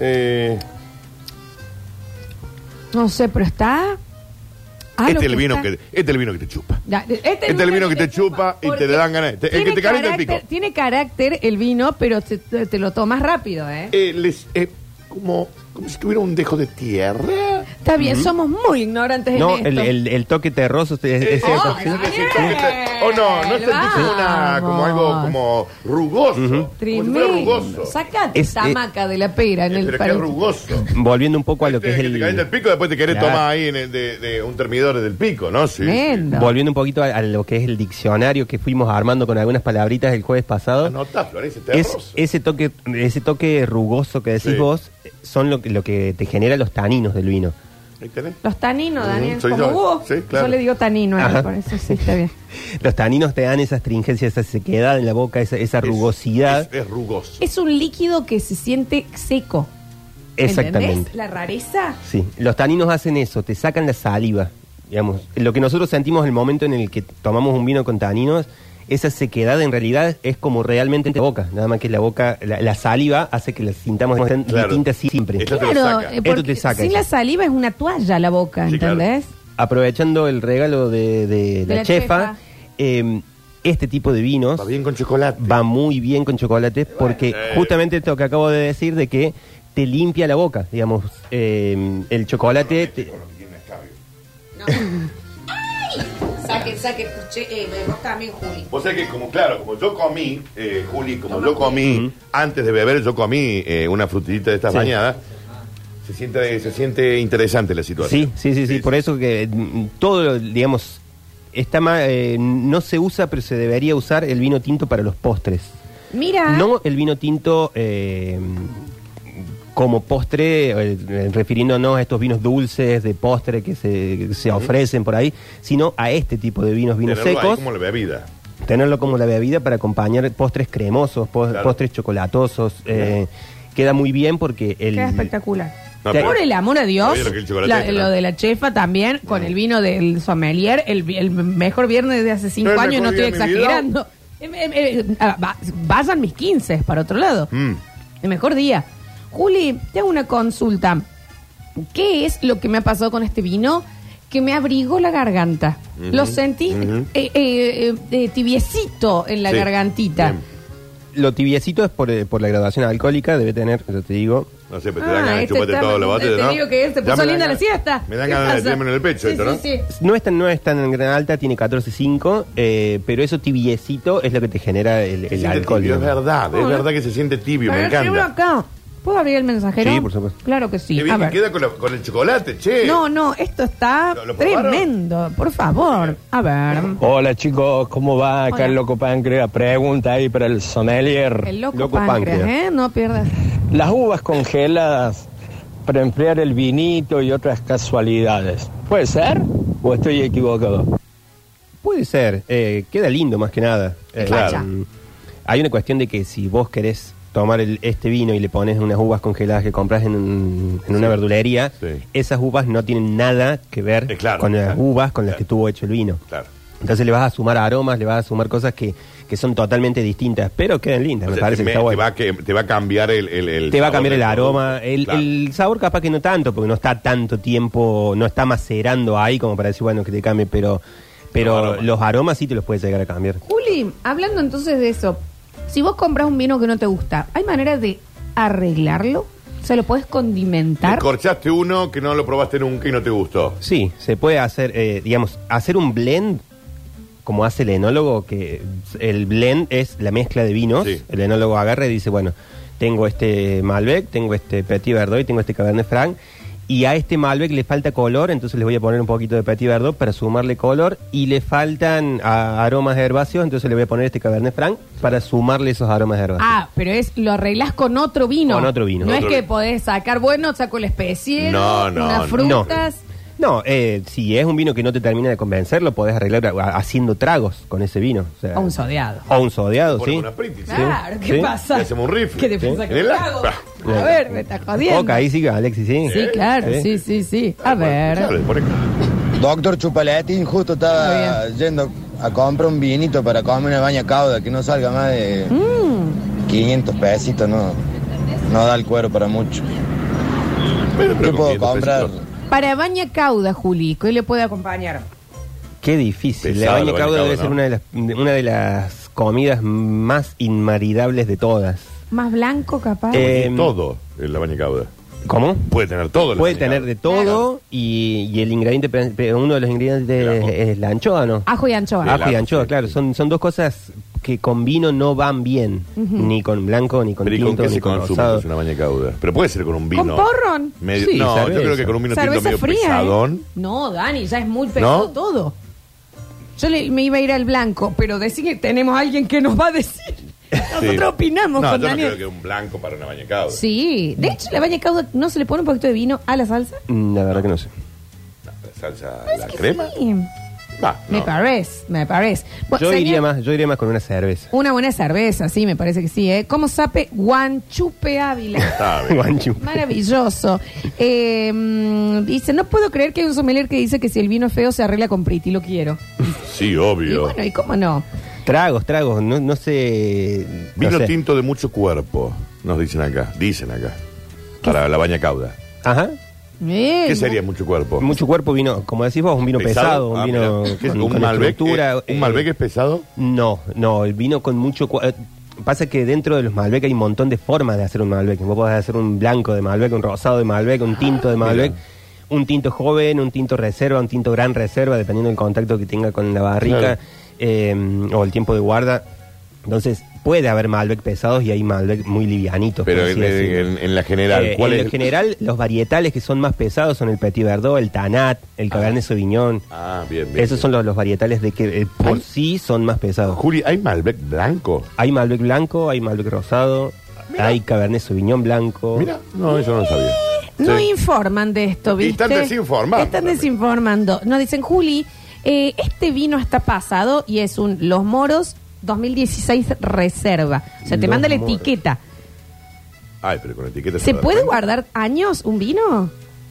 [SPEAKER 3] eh,
[SPEAKER 2] Ah, No sé, pero está. Ah, lo
[SPEAKER 3] este es el vino
[SPEAKER 2] está-
[SPEAKER 3] que, este es el vino que te chupa.
[SPEAKER 2] Ya, Este
[SPEAKER 3] Este es el vino que te chupa y
[SPEAKER 2] porque
[SPEAKER 3] te le dan ganas. Te- el que
[SPEAKER 2] tiene
[SPEAKER 3] te calienta el pico.
[SPEAKER 2] carácter- Tiene carácter el vino, pero te, te- te lo tomas rápido, ¿eh?
[SPEAKER 3] Eh, les, eh, como, como si tuviera un dejo de tierra.
[SPEAKER 2] Está bien, somos muy ignorantes
[SPEAKER 4] no,
[SPEAKER 2] en
[SPEAKER 4] el,
[SPEAKER 2] esto.
[SPEAKER 4] el- el toque terroso es, es
[SPEAKER 3] Eh,
[SPEAKER 4] cierto.
[SPEAKER 2] oh,
[SPEAKER 3] sí, sí, sí,
[SPEAKER 2] Gabriel,
[SPEAKER 3] sí, sí. O no, no está como, una, como algo
[SPEAKER 2] vamos.
[SPEAKER 3] como rugoso. Como si fuera
[SPEAKER 2] Tremendo.
[SPEAKER 3] rugoso.
[SPEAKER 2] Sacate
[SPEAKER 4] Es-
[SPEAKER 2] esa
[SPEAKER 4] eh,
[SPEAKER 2] maca de la pera en
[SPEAKER 3] Eh,
[SPEAKER 2] el
[SPEAKER 3] pero que es
[SPEAKER 2] paréntesis.
[SPEAKER 3] rugoso.
[SPEAKER 4] Volviendo un poco a lo
[SPEAKER 3] Este
[SPEAKER 4] que es
[SPEAKER 3] que te calienta el pico, después te querés
[SPEAKER 4] Claro.
[SPEAKER 3] tomar ahí en el de, de un termidor del pico, ¿no? Sí. sí.
[SPEAKER 2] Tremendo.
[SPEAKER 4] Volviendo un poquito a, a lo que es el diccionario que fuimos armando con algunas palabritas el jueves pasado,
[SPEAKER 3] Anotá, Florencia, te
[SPEAKER 4] es ese toque, ese toque rugoso que decís
[SPEAKER 3] Sí.
[SPEAKER 4] vos, eh, son lo que, lo que te genera los taninos del vino.
[SPEAKER 3] Ahí tenés.
[SPEAKER 2] Los taninos,
[SPEAKER 3] Mm,
[SPEAKER 2] Daniel.
[SPEAKER 3] soy
[SPEAKER 2] como
[SPEAKER 3] yo.
[SPEAKER 2] vos.
[SPEAKER 3] Sí, claro.
[SPEAKER 2] Yo le digo tanino, eh,
[SPEAKER 4] Ajá.
[SPEAKER 2] por eso sí está bien.
[SPEAKER 4] Los taninos te dan esa astringencia, esa sequedad en la boca, esa, esa rugosidad.
[SPEAKER 3] Es, es rugoso.
[SPEAKER 2] Es un líquido que se siente seco. ¿entendés?
[SPEAKER 4] Exactamente.
[SPEAKER 2] La rareza.
[SPEAKER 4] Sí, los taninos hacen eso, te sacan la saliva. Digamos, lo que nosotros sentimos en el momento en el que tomamos un vino con taninos, esa sequedad en realidad es como realmente en la boca. Nada más que la boca, la, la saliva hace que la sintamos
[SPEAKER 3] Claro.
[SPEAKER 4] distinta siempre.
[SPEAKER 3] Esto te lo saca.
[SPEAKER 2] eh, porque
[SPEAKER 4] Esto te saca
[SPEAKER 2] sin
[SPEAKER 4] eso.
[SPEAKER 2] la saliva es una toalla la boca,
[SPEAKER 3] Sí, claro.
[SPEAKER 2] ¿entendés?
[SPEAKER 4] Aprovechando el regalo de, de la,
[SPEAKER 2] la
[SPEAKER 4] chefa,
[SPEAKER 2] chefa.
[SPEAKER 4] eh, este tipo de vinos
[SPEAKER 3] Va bien con chocolate.
[SPEAKER 4] va muy bien con chocolate porque
[SPEAKER 3] eh.
[SPEAKER 4] justamente esto que acabo de decir de que te limpia la boca, digamos, eh, el chocolate... te-
[SPEAKER 3] Con lo que tiene escabio.
[SPEAKER 2] Saque, saque, eh, vos también, Juli.
[SPEAKER 3] Vos sabés que, como claro, como yo comí, eh, Juli, como yo comí, antes de beber, yo comí eh, una frutillita de estas
[SPEAKER 4] Sí.
[SPEAKER 3] bañadas, se siente, se siente interesante la
[SPEAKER 4] Sí,
[SPEAKER 3] situación.
[SPEAKER 4] sí, sí, sí, por eso que mm, todo, lo, digamos, está ma- eh, no se usa, pero se debería usar el vino tinto para los postres.
[SPEAKER 2] Mira.
[SPEAKER 4] No el vino tinto eh, como postre, eh, eh, refiriéndonos a estos vinos dulces de postre que se, se ofrecen por ahí, sino a este tipo de vinos, vinos
[SPEAKER 3] Tenerlo ahí
[SPEAKER 4] secos,
[SPEAKER 3] como la bebida.
[SPEAKER 4] tenerlo como la bebida para acompañar postres cremosos, pos-
[SPEAKER 3] Claro.
[SPEAKER 4] postres chocolatosos. eh, Queda muy bien porque el...
[SPEAKER 2] Queda espectacular.
[SPEAKER 3] No,
[SPEAKER 4] Te-
[SPEAKER 3] pero-
[SPEAKER 2] Por el amor a Dios,
[SPEAKER 3] Oye, lo que el chocolate
[SPEAKER 2] la-
[SPEAKER 3] es, ¿no?
[SPEAKER 2] lo de la chefa también, con el vino del sommelier, el, vi- el mejor viernes de hace cinco
[SPEAKER 3] ¿El
[SPEAKER 2] años, no
[SPEAKER 3] mejor
[SPEAKER 2] estoy
[SPEAKER 3] día de mi vida?
[SPEAKER 2] exagerando. Em, em, em, ah, va- vayan mis 15 para otro lado.
[SPEAKER 3] Mm.
[SPEAKER 2] El mejor día. Juli, te hago una consulta. ¿Qué es lo que me ha pasado con este vino? Que me abrigó la garganta. Lo sentí
[SPEAKER 3] ujú.
[SPEAKER 2] eh, eh, eh, tibiecito en la
[SPEAKER 3] Sí.
[SPEAKER 2] gargantita.
[SPEAKER 3] Bien.
[SPEAKER 4] Lo tibiecito es por, eh, por la graduación alcoholica, debe tener, yo te digo,
[SPEAKER 3] No sé, pero te
[SPEAKER 2] Ah,
[SPEAKER 3] dan ganas de
[SPEAKER 2] este
[SPEAKER 3] chuparte
[SPEAKER 2] está-
[SPEAKER 3] todo la botella,
[SPEAKER 2] te
[SPEAKER 3] ¿no?
[SPEAKER 2] digo que este
[SPEAKER 3] Ya
[SPEAKER 2] puso
[SPEAKER 3] me dan
[SPEAKER 2] linda la
[SPEAKER 3] ganas-
[SPEAKER 2] siesta.
[SPEAKER 3] Me dan
[SPEAKER 2] ¿Qué
[SPEAKER 3] ganas de
[SPEAKER 2] pasa?
[SPEAKER 3] meterme en el pecho
[SPEAKER 2] Sí,
[SPEAKER 3] esto,
[SPEAKER 2] sí,
[SPEAKER 3] ¿no?
[SPEAKER 2] sí.
[SPEAKER 4] No es tan, no es tan gran alta, tiene 14.5, eh, pero eso tibiecito es lo que te genera el,
[SPEAKER 3] Se
[SPEAKER 4] el
[SPEAKER 3] siente
[SPEAKER 4] alcohol.
[SPEAKER 3] tibio, es
[SPEAKER 4] digamos.
[SPEAKER 3] verdad, es
[SPEAKER 2] No,
[SPEAKER 3] verdad que se siente tibio, me
[SPEAKER 2] Pero escribo
[SPEAKER 3] encanta.
[SPEAKER 2] acá. ¿Puedo abrir el mensajero?
[SPEAKER 4] Sí, por supuesto.
[SPEAKER 2] Claro que
[SPEAKER 3] Qué
[SPEAKER 2] sí. A
[SPEAKER 3] bien que
[SPEAKER 2] ver.
[SPEAKER 3] queda con, la- con el chocolate, che.
[SPEAKER 2] No, no, esto está
[SPEAKER 3] ¿Lo- lo probaron?
[SPEAKER 2] tremendo. Por favor. A ver.
[SPEAKER 5] Hola chicos, ¿cómo va? Acá
[SPEAKER 2] Hola.
[SPEAKER 5] el Loco Pancreas. Pregunta ahí para el sommelier.
[SPEAKER 2] El loco,
[SPEAKER 4] Loco
[SPEAKER 2] páncreas,
[SPEAKER 4] páncreas.
[SPEAKER 2] ¿eh? No pierdas.
[SPEAKER 5] Las uvas congeladas para enfriar el vinito y otras casualidades. ¿Puede ser? ¿O estoy equivocado?
[SPEAKER 4] Puede ser. eh, queda lindo más que nada.
[SPEAKER 2] Es
[SPEAKER 4] Eh,
[SPEAKER 2] facha.
[SPEAKER 4] mm, Hay una cuestión de que si vos querés tomar el- este vino y le pones unas uvas congeladas que compras en, un- en una verdulería,
[SPEAKER 3] Sí.
[SPEAKER 4] esas uvas no tienen nada que ver
[SPEAKER 3] Eh, claro,
[SPEAKER 4] con las
[SPEAKER 3] claro,
[SPEAKER 4] uvas con las
[SPEAKER 3] claro.
[SPEAKER 4] que tuvo hecho el vino.
[SPEAKER 3] Claro.
[SPEAKER 4] Entonces le vas a sumar aromas, le vas a sumar cosas que, que son totalmente distintas, pero quedan lindas.
[SPEAKER 3] O
[SPEAKER 4] me
[SPEAKER 3] sea,
[SPEAKER 4] parece
[SPEAKER 3] te,
[SPEAKER 4] que está
[SPEAKER 3] te
[SPEAKER 4] bueno.
[SPEAKER 3] va a que- te va a cambiar el, el- el
[SPEAKER 4] Te va a
[SPEAKER 3] sabor
[SPEAKER 4] cambiar
[SPEAKER 3] del
[SPEAKER 4] el
[SPEAKER 3] producto.
[SPEAKER 4] aroma. El,
[SPEAKER 3] Claro.
[SPEAKER 4] el sabor capaz que no tanto, porque no está tanto tiempo, no está macerando ahí como para decir, bueno, que te cambie, pero, pero
[SPEAKER 3] Los
[SPEAKER 4] los,
[SPEAKER 3] aromas.
[SPEAKER 4] aromas sí te los puedes llegar a cambiar.
[SPEAKER 2] Juli, hablando entonces de eso, si vos compras un vino que no te gusta, ¿hay manera de arreglarlo? ¿Se lo puedes condimentar?
[SPEAKER 3] Corchaste uno que no lo probaste nunca y no te gustó.
[SPEAKER 4] Sí, se puede hacer, eh, digamos, hacer un blend, como hace el enólogo, que el blend es la mezcla de vinos.
[SPEAKER 3] Sí.
[SPEAKER 4] El enólogo agarra y dice, bueno, tengo este Malbec, tengo este Petit Verdot, tengo este Cabernet Franc, y a este Malbec le falta color, entonces le voy a poner un poquito de Petit Verdot para sumarle color, y le faltan a- aromas herbáceos, entonces le voy a poner este Cabernet Franc para sumarle esos aromas herbáceos.
[SPEAKER 2] Ah, pero es lo arreglas con otro vino.
[SPEAKER 4] Con otro vino.
[SPEAKER 2] No
[SPEAKER 4] Con
[SPEAKER 2] es
[SPEAKER 3] otro
[SPEAKER 2] que
[SPEAKER 3] vino.
[SPEAKER 2] podés sacar, bueno, saco el especie,
[SPEAKER 3] No, no, no.
[SPEAKER 2] unas frutas.
[SPEAKER 4] No, eh, si es un vino que no te termina de convencer, lo podés arreglar a- haciendo tragos con ese vino. O, sea,
[SPEAKER 2] O un sodeado.
[SPEAKER 4] O un sodeado,
[SPEAKER 3] Ponemos
[SPEAKER 4] sí.
[SPEAKER 3] una Pringles.
[SPEAKER 2] Claro, ¿qué
[SPEAKER 4] sí.
[SPEAKER 2] pasa?
[SPEAKER 3] Le hacemos un rifle.
[SPEAKER 2] ¿Qué te
[SPEAKER 3] Sí.
[SPEAKER 2] pensás
[SPEAKER 3] En
[SPEAKER 2] que
[SPEAKER 3] el
[SPEAKER 2] hago?
[SPEAKER 3] agua.
[SPEAKER 2] A ver, me estás jodiendo.
[SPEAKER 4] Coca, ahí sí, Alexis, sí.
[SPEAKER 2] Ah, Sí, claro, sí, sí, sí. A
[SPEAKER 3] Claro,
[SPEAKER 2] ver.
[SPEAKER 3] le pones-
[SPEAKER 6] Doctor Chupaletín, justo estaba
[SPEAKER 2] Muy
[SPEAKER 6] yendo a comprar un vinito para comer una baña cauda que no salga más de 500 pesitos, no, no da el cuero para mucho.
[SPEAKER 3] Pero,
[SPEAKER 6] ¿Qué
[SPEAKER 3] pero con
[SPEAKER 6] puedo
[SPEAKER 3] 500
[SPEAKER 6] comprar?
[SPEAKER 3] pesitos.
[SPEAKER 2] Para baña cauda, Juli, ¿qué le puede acompañar?
[SPEAKER 4] Qué difícil.
[SPEAKER 3] Pesado,
[SPEAKER 4] la baña cauda
[SPEAKER 3] baña cauda,
[SPEAKER 4] debe ser
[SPEAKER 3] ¿no?
[SPEAKER 4] una de, las, una de las comidas más inmaridables de todas.
[SPEAKER 2] Más blanco, capaz.
[SPEAKER 4] Eh,
[SPEAKER 3] Tiene
[SPEAKER 4] Em,
[SPEAKER 3] todo en la baña cauda.
[SPEAKER 4] ¿Cómo?
[SPEAKER 3] Puede tener todo. la
[SPEAKER 4] Puede
[SPEAKER 3] baña
[SPEAKER 4] tener
[SPEAKER 3] cauda.
[SPEAKER 4] de todo y, y el ingrediente, pe- pe- uno de los ingredientes
[SPEAKER 3] El ajo.
[SPEAKER 4] es, es la anchoa, ¿no?
[SPEAKER 2] Ajo y anchoa.
[SPEAKER 3] Ah,
[SPEAKER 4] Ajo y
[SPEAKER 3] ajo,
[SPEAKER 4] anchoa,
[SPEAKER 3] sí,
[SPEAKER 4] claro.
[SPEAKER 3] sí.
[SPEAKER 4] Son, son dos cosas que con vino no van bien. Ni con blanco, ni con
[SPEAKER 3] Pero ¿y
[SPEAKER 4] tinto,
[SPEAKER 3] con qué
[SPEAKER 4] ni
[SPEAKER 3] se
[SPEAKER 4] con
[SPEAKER 3] consume Pues
[SPEAKER 4] rosado.
[SPEAKER 3] Es una baña cauda? Pero puede ser con un vino.
[SPEAKER 2] porrón?
[SPEAKER 3] medio-
[SPEAKER 4] Sí,
[SPEAKER 3] no,
[SPEAKER 4] cerveza.
[SPEAKER 3] yo creo que con un vino tinto
[SPEAKER 2] Cerveza
[SPEAKER 3] medio
[SPEAKER 2] fría. ¿eh?
[SPEAKER 3] pesadón.
[SPEAKER 2] No, Dani, ya es muy pesado
[SPEAKER 3] ¿No?
[SPEAKER 2] todo. Yo le- me iba a ir al blanco, pero decir que tenemos a alguien que nos va a decir. Nosotros
[SPEAKER 3] Sí.
[SPEAKER 2] opinamos
[SPEAKER 3] No,
[SPEAKER 2] con
[SPEAKER 3] yo no
[SPEAKER 2] Daniel.
[SPEAKER 3] creo que un blanco para una baña cauda.
[SPEAKER 2] Sí, de hecho la baña cauda no se le pone un poquito de vino a la salsa.
[SPEAKER 4] Mm, La verdad que no sé.
[SPEAKER 3] No, pero salsa,
[SPEAKER 2] Parece
[SPEAKER 3] la
[SPEAKER 2] que
[SPEAKER 3] crema.
[SPEAKER 2] sí.
[SPEAKER 3] Ah,
[SPEAKER 2] Me
[SPEAKER 3] no.
[SPEAKER 2] parece, me parece. Bu-
[SPEAKER 4] Yo
[SPEAKER 2] señor,
[SPEAKER 4] iría más, yo iría más con una cerveza.
[SPEAKER 2] Una buena cerveza, sí, me parece que sí, ¿eh? Como sape Guanchupe Ávila.
[SPEAKER 3] Está Ah, bien.
[SPEAKER 4] Guanchu.
[SPEAKER 2] Maravilloso. Eh, mm, dice, no puedo creer que hay un sommelier que dice que si el vino es feo se arregla con Priti, lo quiero.
[SPEAKER 3] Sí,
[SPEAKER 2] Y
[SPEAKER 3] obvio.
[SPEAKER 2] bueno, ¿y cómo no?
[SPEAKER 4] Tragos, tragos, no, no sé. no
[SPEAKER 3] Vino
[SPEAKER 4] sé.
[SPEAKER 3] tinto de mucho cuerpo, nos dicen acá. Dicen acá. Para la baña cauda.
[SPEAKER 4] Ajá.
[SPEAKER 2] Eh,
[SPEAKER 3] ¿Qué sería mucho cuerpo?
[SPEAKER 4] Mucho cuerpo vino, como decís vos, un vino pesado, un
[SPEAKER 3] Ah,
[SPEAKER 4] vino
[SPEAKER 3] mira. ¿Qué es?
[SPEAKER 4] con,
[SPEAKER 3] un
[SPEAKER 4] con
[SPEAKER 3] Malbec.
[SPEAKER 4] estructura,
[SPEAKER 3] eh,
[SPEAKER 4] eh,
[SPEAKER 3] ¿Un Malbec es pesado?
[SPEAKER 4] No, no, el vino con mucho. cua- eh, Pasa que dentro de los Malbec hay un montón de formas de hacer un Malbec. Vos podés hacer un blanco de Malbec, un rosado de Malbec,
[SPEAKER 3] Ah,
[SPEAKER 4] un tinto de Malbec, un tinto joven, un tinto reserva, un tinto gran reserva, dependiendo del contacto que tenga con la barrica
[SPEAKER 3] Claro.
[SPEAKER 4] eh, o el tiempo de guarda. Entonces, puede haber Malbec pesados y hay Malbec muy livianitos. por
[SPEAKER 3] Pero
[SPEAKER 4] así
[SPEAKER 3] en,
[SPEAKER 4] decirlo.
[SPEAKER 3] en- en la general,
[SPEAKER 4] Eh,
[SPEAKER 3] ¿cuál
[SPEAKER 4] en
[SPEAKER 3] es?
[SPEAKER 4] lo general, los varietales que son más pesados son el Petit Verdot, el Tanat, el Cabernet Sauvignon.
[SPEAKER 3] Ah, bien, bien.
[SPEAKER 4] Esos son los, los varietales de que eh, por
[SPEAKER 3] Ay.
[SPEAKER 4] sí son más pesados.
[SPEAKER 3] Juli, ¿hay Malbec blanco?
[SPEAKER 4] Hay Malbec blanco, hay Malbec rosado, hay Cabernet Sauvignon blanco.
[SPEAKER 3] Ah, Mira, no, eso no lo sabía.
[SPEAKER 2] No
[SPEAKER 3] Sí.
[SPEAKER 2] informan de esto,
[SPEAKER 3] Y
[SPEAKER 2] ¿viste?
[SPEAKER 3] están desinformando
[SPEAKER 2] Están
[SPEAKER 3] también.
[SPEAKER 2] desinformando. Nos dicen, Juli, eh, este vino está pasado y es un Los Moros 2016 Reserva. O sea, te
[SPEAKER 4] Los
[SPEAKER 2] manda la
[SPEAKER 4] Moros.
[SPEAKER 2] etiqueta.
[SPEAKER 3] Ay, pero con etiqueta.
[SPEAKER 2] ¿Se
[SPEAKER 3] no da
[SPEAKER 2] puede
[SPEAKER 3] cuenta.
[SPEAKER 2] guardar años un vino?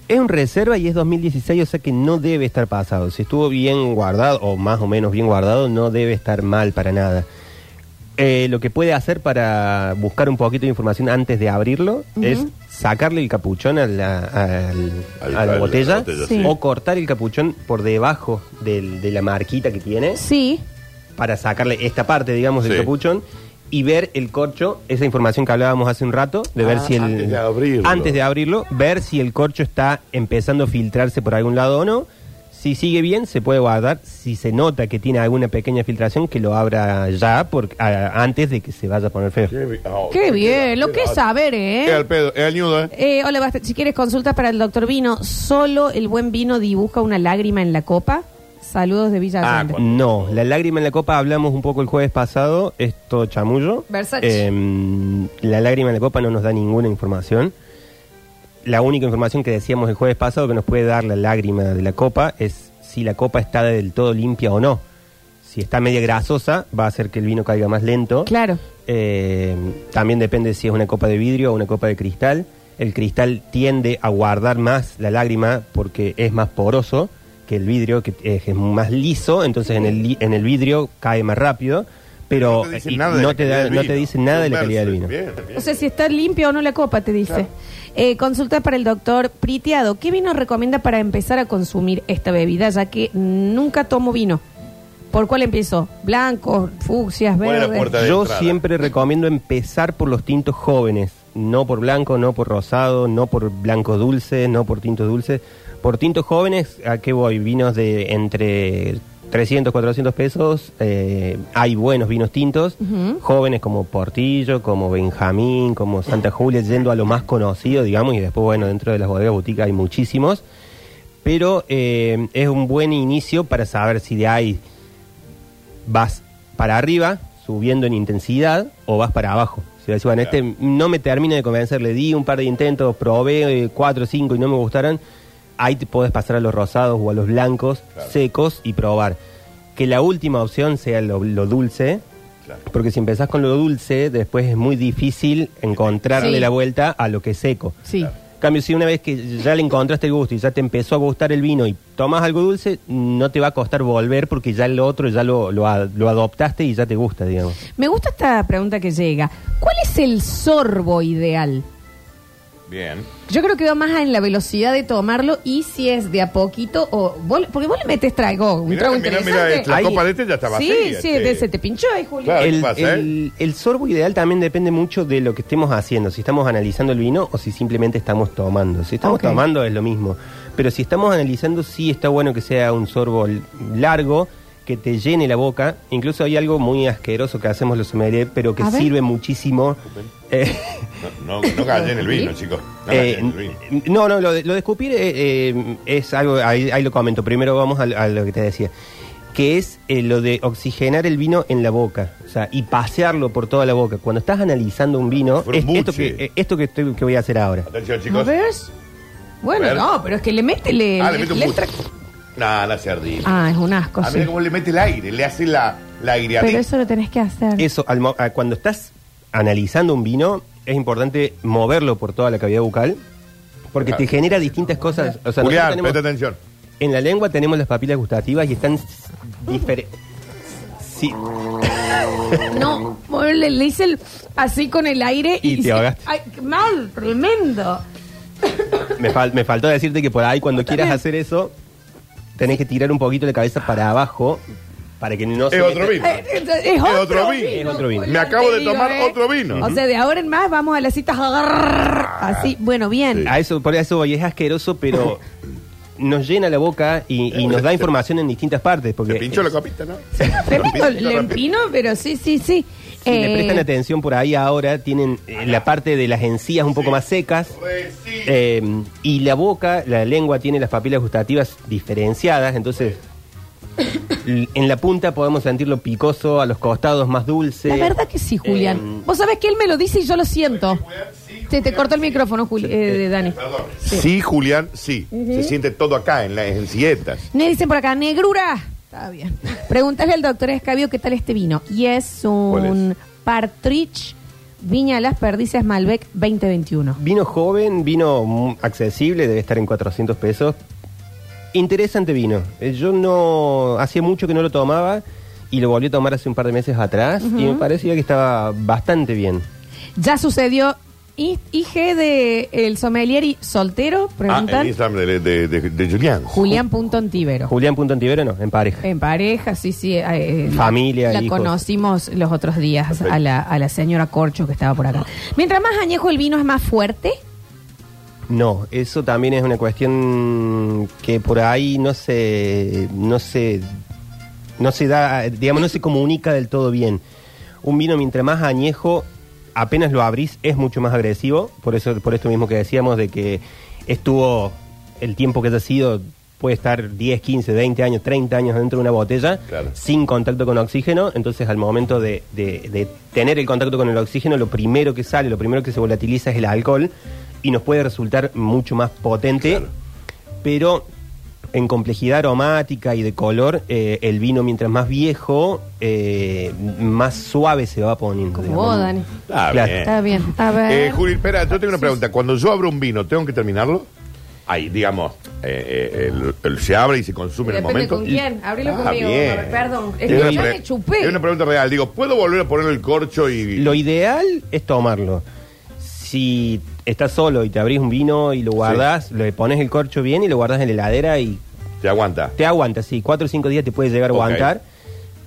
[SPEAKER 4] Es un reserva y es 2016, o sea que no debe estar pasado. Si estuvo bien guardado, o más o menos bien guardado, no debe estar mal para nada. Eh, lo que puede hacer para buscar un poquito de información antes de abrirlo es sacarle el capuchón a la, al-
[SPEAKER 3] Al-
[SPEAKER 4] a la
[SPEAKER 3] al-
[SPEAKER 4] botella,
[SPEAKER 3] la botella,
[SPEAKER 2] Sí. sí.
[SPEAKER 4] o cortar el capuchón por debajo del- de la marquita que tiene
[SPEAKER 2] Sí.
[SPEAKER 4] para sacarle esta parte, digamos, del
[SPEAKER 3] Sí.
[SPEAKER 4] capuchón y ver el corcho, esa información que hablábamos hace un rato, de ver
[SPEAKER 3] Ah,
[SPEAKER 4] si el...
[SPEAKER 3] antes de abrirlo.
[SPEAKER 4] Antes de abrirlo, ver si el corcho está empezando a filtrarse por algún lado o no. Si sigue bien, se puede guardar. Si se nota que tiene alguna pequeña filtración, que lo abra ya, porque, a- antes de que se vaya a poner feo.
[SPEAKER 3] Qué, bi- oh,
[SPEAKER 2] Qué bien, lo
[SPEAKER 3] qué
[SPEAKER 2] que es
[SPEAKER 3] dato.
[SPEAKER 2] saber,
[SPEAKER 3] Es al
[SPEAKER 2] ¿eh?
[SPEAKER 3] pedo, es al ñudo, ¿eh?
[SPEAKER 2] Eh, hola, basta. si quieres consultas para el doctor Vino, ¿solo el buen vino dibuja una lágrima en la copa? Saludos de Villa
[SPEAKER 3] Ah,
[SPEAKER 2] Allende.
[SPEAKER 3] cuando-
[SPEAKER 4] No, la lágrima en la copa hablamos un poco el jueves pasado, esto chamullo.
[SPEAKER 2] Versace.
[SPEAKER 4] Em, la lágrima en la copa no nos da ninguna información. La única información que decíamos el jueves pasado que nos puede dar la lágrima de la copa es si la copa está del todo limpia o no. si está media grasosa, va a hacer que el vino caiga más lento.
[SPEAKER 2] Claro.
[SPEAKER 4] Eh, también depende si es una copa de vidrio o una copa de cristal. El cristal tiende a guardar más la lágrima porque es más poroso que el vidrio, que eh, es más liso, entonces en el, li- en el vidrio cae más rápido, pero
[SPEAKER 3] No te
[SPEAKER 4] eh,
[SPEAKER 3] dicen
[SPEAKER 4] y
[SPEAKER 3] nada de
[SPEAKER 4] no
[SPEAKER 3] la
[SPEAKER 4] te
[SPEAKER 3] calidad
[SPEAKER 4] da-
[SPEAKER 3] del
[SPEAKER 4] no
[SPEAKER 3] vino.
[SPEAKER 4] te dicen nada de la calidad del vino.
[SPEAKER 3] Bien, bien.
[SPEAKER 2] O sea, si está limpia o no la copa, te dice. Eh, consulta para el doctor Pritiado. ¿Qué vino recomienda para empezar a consumir esta bebida? Ya que nunca tomo vino. ¿Por cuál empiezo? Blancos, fucsias,
[SPEAKER 3] ¿Cuál es la
[SPEAKER 2] verdes.
[SPEAKER 3] puerta de
[SPEAKER 4] Yo
[SPEAKER 3] entrada?
[SPEAKER 4] siempre recomiendo empezar por los tintos jóvenes, no por blanco, no por rosado, no por blanco dulce, no por tintos dulces. Por tintos jóvenes, ¿a qué voy? Vinos de entre 300, 400 pesos. eh, hay buenos vinos tintos, jóvenes como Portillo, como Benjamín, como Santa Julia, yendo a lo más conocido, digamos, y después, bueno, dentro de las bodegas boutiques hay muchísimos. Pero eh, es un buen inicio para saber si de ahí vas para arriba, subiendo en intensidad, o vas para abajo. Si decís, bueno, este no me termina de convencer, le di un par de intentos, probé eh, cuatro o cinco y no me gustaron, ahí te podés pasar a los rosados o a los blancos secos y probar. Que la última opción sea lo, lo dulce,
[SPEAKER 3] Claro.
[SPEAKER 4] porque si empezás con lo dulce, después es muy difícil encontrarle
[SPEAKER 2] Sí.
[SPEAKER 4] la vuelta a lo que es seco.
[SPEAKER 2] Sí.
[SPEAKER 4] En cambio, si una vez que ya le encontraste el gusto y ya te empezó a gustar el vino y tomas algo dulce, no te va a costar volver porque ya el otro ya lo, lo, a- lo adoptaste y ya te gusta, digamos.
[SPEAKER 2] Me gusta esta pregunta que llega. ¿Cuál es el sorbo ideal?
[SPEAKER 3] Bien.
[SPEAKER 2] Yo creo que va más en la velocidad de tomarlo y si es de a poquito o... vos le- porque vos le metes trago, un
[SPEAKER 3] Mirá,
[SPEAKER 2] trago
[SPEAKER 3] mirá,
[SPEAKER 2] interesante.
[SPEAKER 3] mirá, la
[SPEAKER 4] Ay.
[SPEAKER 3] copa de este ya está
[SPEAKER 2] sí,
[SPEAKER 3] vacía.
[SPEAKER 2] sí,
[SPEAKER 3] che.
[SPEAKER 2] de- se te pinchó ahí, Julio.
[SPEAKER 3] Claro, ¿qué
[SPEAKER 4] el,
[SPEAKER 3] pasa, eh?
[SPEAKER 4] el- el sorbo ideal también depende mucho de lo que estemos haciendo, si estamos analizando el vino o si simplemente estamos tomando. Si estamos
[SPEAKER 2] Ok.
[SPEAKER 4] tomando es lo mismo, pero si estamos analizando sí está bueno que sea un sorbo l- largo, que te llene la boca. Incluso hay algo muy asqueroso que hacemos los sommeliers, pero que
[SPEAKER 2] A ver.
[SPEAKER 4] sirve muchísimo. Eh,
[SPEAKER 3] No, no, no gallen el vino, chicos. No
[SPEAKER 4] Eh,
[SPEAKER 3] gallen el vino.
[SPEAKER 4] no, no, lo de, lo de escupir eh, eh, es algo, ahí, ahí lo comento, primero vamos a, a lo que te decía, que es eh, lo de oxigenar el vino en la boca, o sea, y pasearlo por toda la boca. Cuando estás analizando un vino,
[SPEAKER 3] Fue un
[SPEAKER 4] es- esto,
[SPEAKER 3] buche.
[SPEAKER 4] que, eh, esto que, estoy- que voy a hacer ahora.
[SPEAKER 3] Atención,
[SPEAKER 2] A
[SPEAKER 3] chicos.
[SPEAKER 2] ver. Bueno,
[SPEAKER 3] A ver.
[SPEAKER 2] no, pero es que le mete... Le,
[SPEAKER 3] Ah, le mete un
[SPEAKER 2] le
[SPEAKER 3] mucho.
[SPEAKER 2] tra-
[SPEAKER 3] No, no se ardilla.
[SPEAKER 2] Ah, es un asco,
[SPEAKER 3] Ah,
[SPEAKER 2] sí.
[SPEAKER 3] mira cómo le mete el aire, le hace la, la aireadita.
[SPEAKER 2] Pero eso lo tenés que hacer.
[SPEAKER 4] Eso, al mo- a- cuando estás analizando un vino, es importante moverlo por toda la cavidad bucal, porque te
[SPEAKER 3] Claro.
[SPEAKER 4] genera distintas cosas. O sea, nosotros
[SPEAKER 3] Julián,
[SPEAKER 4] tenemos-
[SPEAKER 3] presta atención.
[SPEAKER 4] En la lengua tenemos las papilas gustativas y están diferentes. Sí,
[SPEAKER 2] No, le, le hice el- así con el aire y...
[SPEAKER 4] Y te
[SPEAKER 2] se-
[SPEAKER 4] ahogaste.
[SPEAKER 2] Ay, qué mal, tremendo.
[SPEAKER 4] me, fal- me faltó decirte que por ahí cuando quieras hacer eso, tenés que tirar un poquito la cabeza para abajo para que no
[SPEAKER 3] Es otro vino.
[SPEAKER 2] Eh, eh, Es, otro,
[SPEAKER 3] otro vino.
[SPEAKER 2] vino.
[SPEAKER 4] Es otro vino.
[SPEAKER 3] Me acabo de tomar otro vino. Ah,
[SPEAKER 2] O sea, de ahora en más vamos a las citas así. Bueno, bien.
[SPEAKER 4] A eso, por eso voy, es asqueroso, pero nos llena la boca y, y nos da información en distintas partes. Porque
[SPEAKER 3] Se pinchó la
[SPEAKER 4] eh,
[SPEAKER 3] copita, ¿no?
[SPEAKER 2] Tremendo, le
[SPEAKER 3] Rapidito, rapidito.
[SPEAKER 2] empino, pero sí, sí, sí.
[SPEAKER 4] Si le
[SPEAKER 2] Eh,
[SPEAKER 4] prestan atención por ahí ahora, tienen eh, la parte de las encías un poco más secas.
[SPEAKER 3] Eh, sí.
[SPEAKER 4] eh, y la boca, la lengua tiene las papilas gustativas diferenciadas, entonces l- en la punta podemos sentirlo picoso, a los costados más dulce.
[SPEAKER 2] La verdad que sí, Julián.
[SPEAKER 4] Eh,
[SPEAKER 2] Vos sabés que él me lo dice y yo lo siento. Se te cortó el micrófono, Juli- eh, de Dani.
[SPEAKER 3] Perdón. Sí. Julián, sí. Se siente todo acá, en las encietas.
[SPEAKER 2] Me dicen por acá, negrura. Está bien. Pregúntale al doctor Escabio qué tal este vino. Y es un
[SPEAKER 3] ¿Cuál
[SPEAKER 2] Partridge Viña Las Perdices Malbec 2021.
[SPEAKER 4] Vino joven, vino mm, accesible, debe estar en 400 pesos. Interesante vino. Eh, Yo no. Hacía mucho que no lo tomaba y lo volví a tomar hace un par de meses atrás y me parecía que estaba bastante bien.
[SPEAKER 2] Ya sucedió I- IG de el sommelier soltero,
[SPEAKER 3] Ah, el
[SPEAKER 2] preguntan.
[SPEAKER 3] Instagram de, de, de- de Julián.
[SPEAKER 2] Julián.ontivero.
[SPEAKER 4] Julián Punto Antivero no, en pareja.
[SPEAKER 2] En pareja, sí, sí. eh,
[SPEAKER 4] Familia,
[SPEAKER 2] La
[SPEAKER 4] hijos.
[SPEAKER 2] conocimos los otros días
[SPEAKER 3] Perfecto.
[SPEAKER 2] a la, a la señora Corcho que estaba por acá. Mientras más añejo el vino es más fuerte.
[SPEAKER 4] No, eso también es una cuestión que por ahí no se, no se, no se da, eh, digamos, no se comunica del todo bien. Un vino mientras más añejo, apenas lo abrís, es mucho más agresivo. Por eso, por esto mismo que decíamos de que estuvo el tiempo que haya sido puede estar 10, 15, 20 años, 30 años dentro de una botella
[SPEAKER 3] Claro.
[SPEAKER 4] sin contacto con oxígeno, entonces al momento de, de- de tener el contacto con el oxígeno, lo primero que sale, lo primero que se volatiliza es el alcohol y nos puede resultar mucho más potente, pero en complejidad aromática y de color, eh, el vino mientras más viejo, eh, más suave se va poniendo.
[SPEAKER 2] Como
[SPEAKER 4] digamos.
[SPEAKER 2] vos, Dani.
[SPEAKER 3] Está
[SPEAKER 4] Claro.
[SPEAKER 3] Ah, bien.
[SPEAKER 2] Está bien. A ver.
[SPEAKER 3] Eh, Juli, espera, yo tengo una pregunta. Cuando yo abro un vino, ¿tengo que terminarlo? Ahí, digamos, eh, eh, el- el- se abre y se consume en el
[SPEAKER 2] Depende
[SPEAKER 3] momento.
[SPEAKER 2] con quién. Abrilo conmigo,
[SPEAKER 3] bien.
[SPEAKER 2] Robert, perdón. Es
[SPEAKER 3] Es
[SPEAKER 2] que
[SPEAKER 3] una
[SPEAKER 2] yo
[SPEAKER 3] pre-
[SPEAKER 2] me chupé.
[SPEAKER 3] Es una pregunta real. Digo, ¿puedo volver a poner el corcho y...?
[SPEAKER 4] Lo ideal es tomarlo. Si estás solo y te abrís un vino y lo guardás, le pones el corcho bien y lo guardás en la heladera y
[SPEAKER 3] ¿Te aguanta?
[SPEAKER 4] te aguanta, sí, cuatro o cinco días te puede llegar a
[SPEAKER 3] Ok.
[SPEAKER 4] aguantar.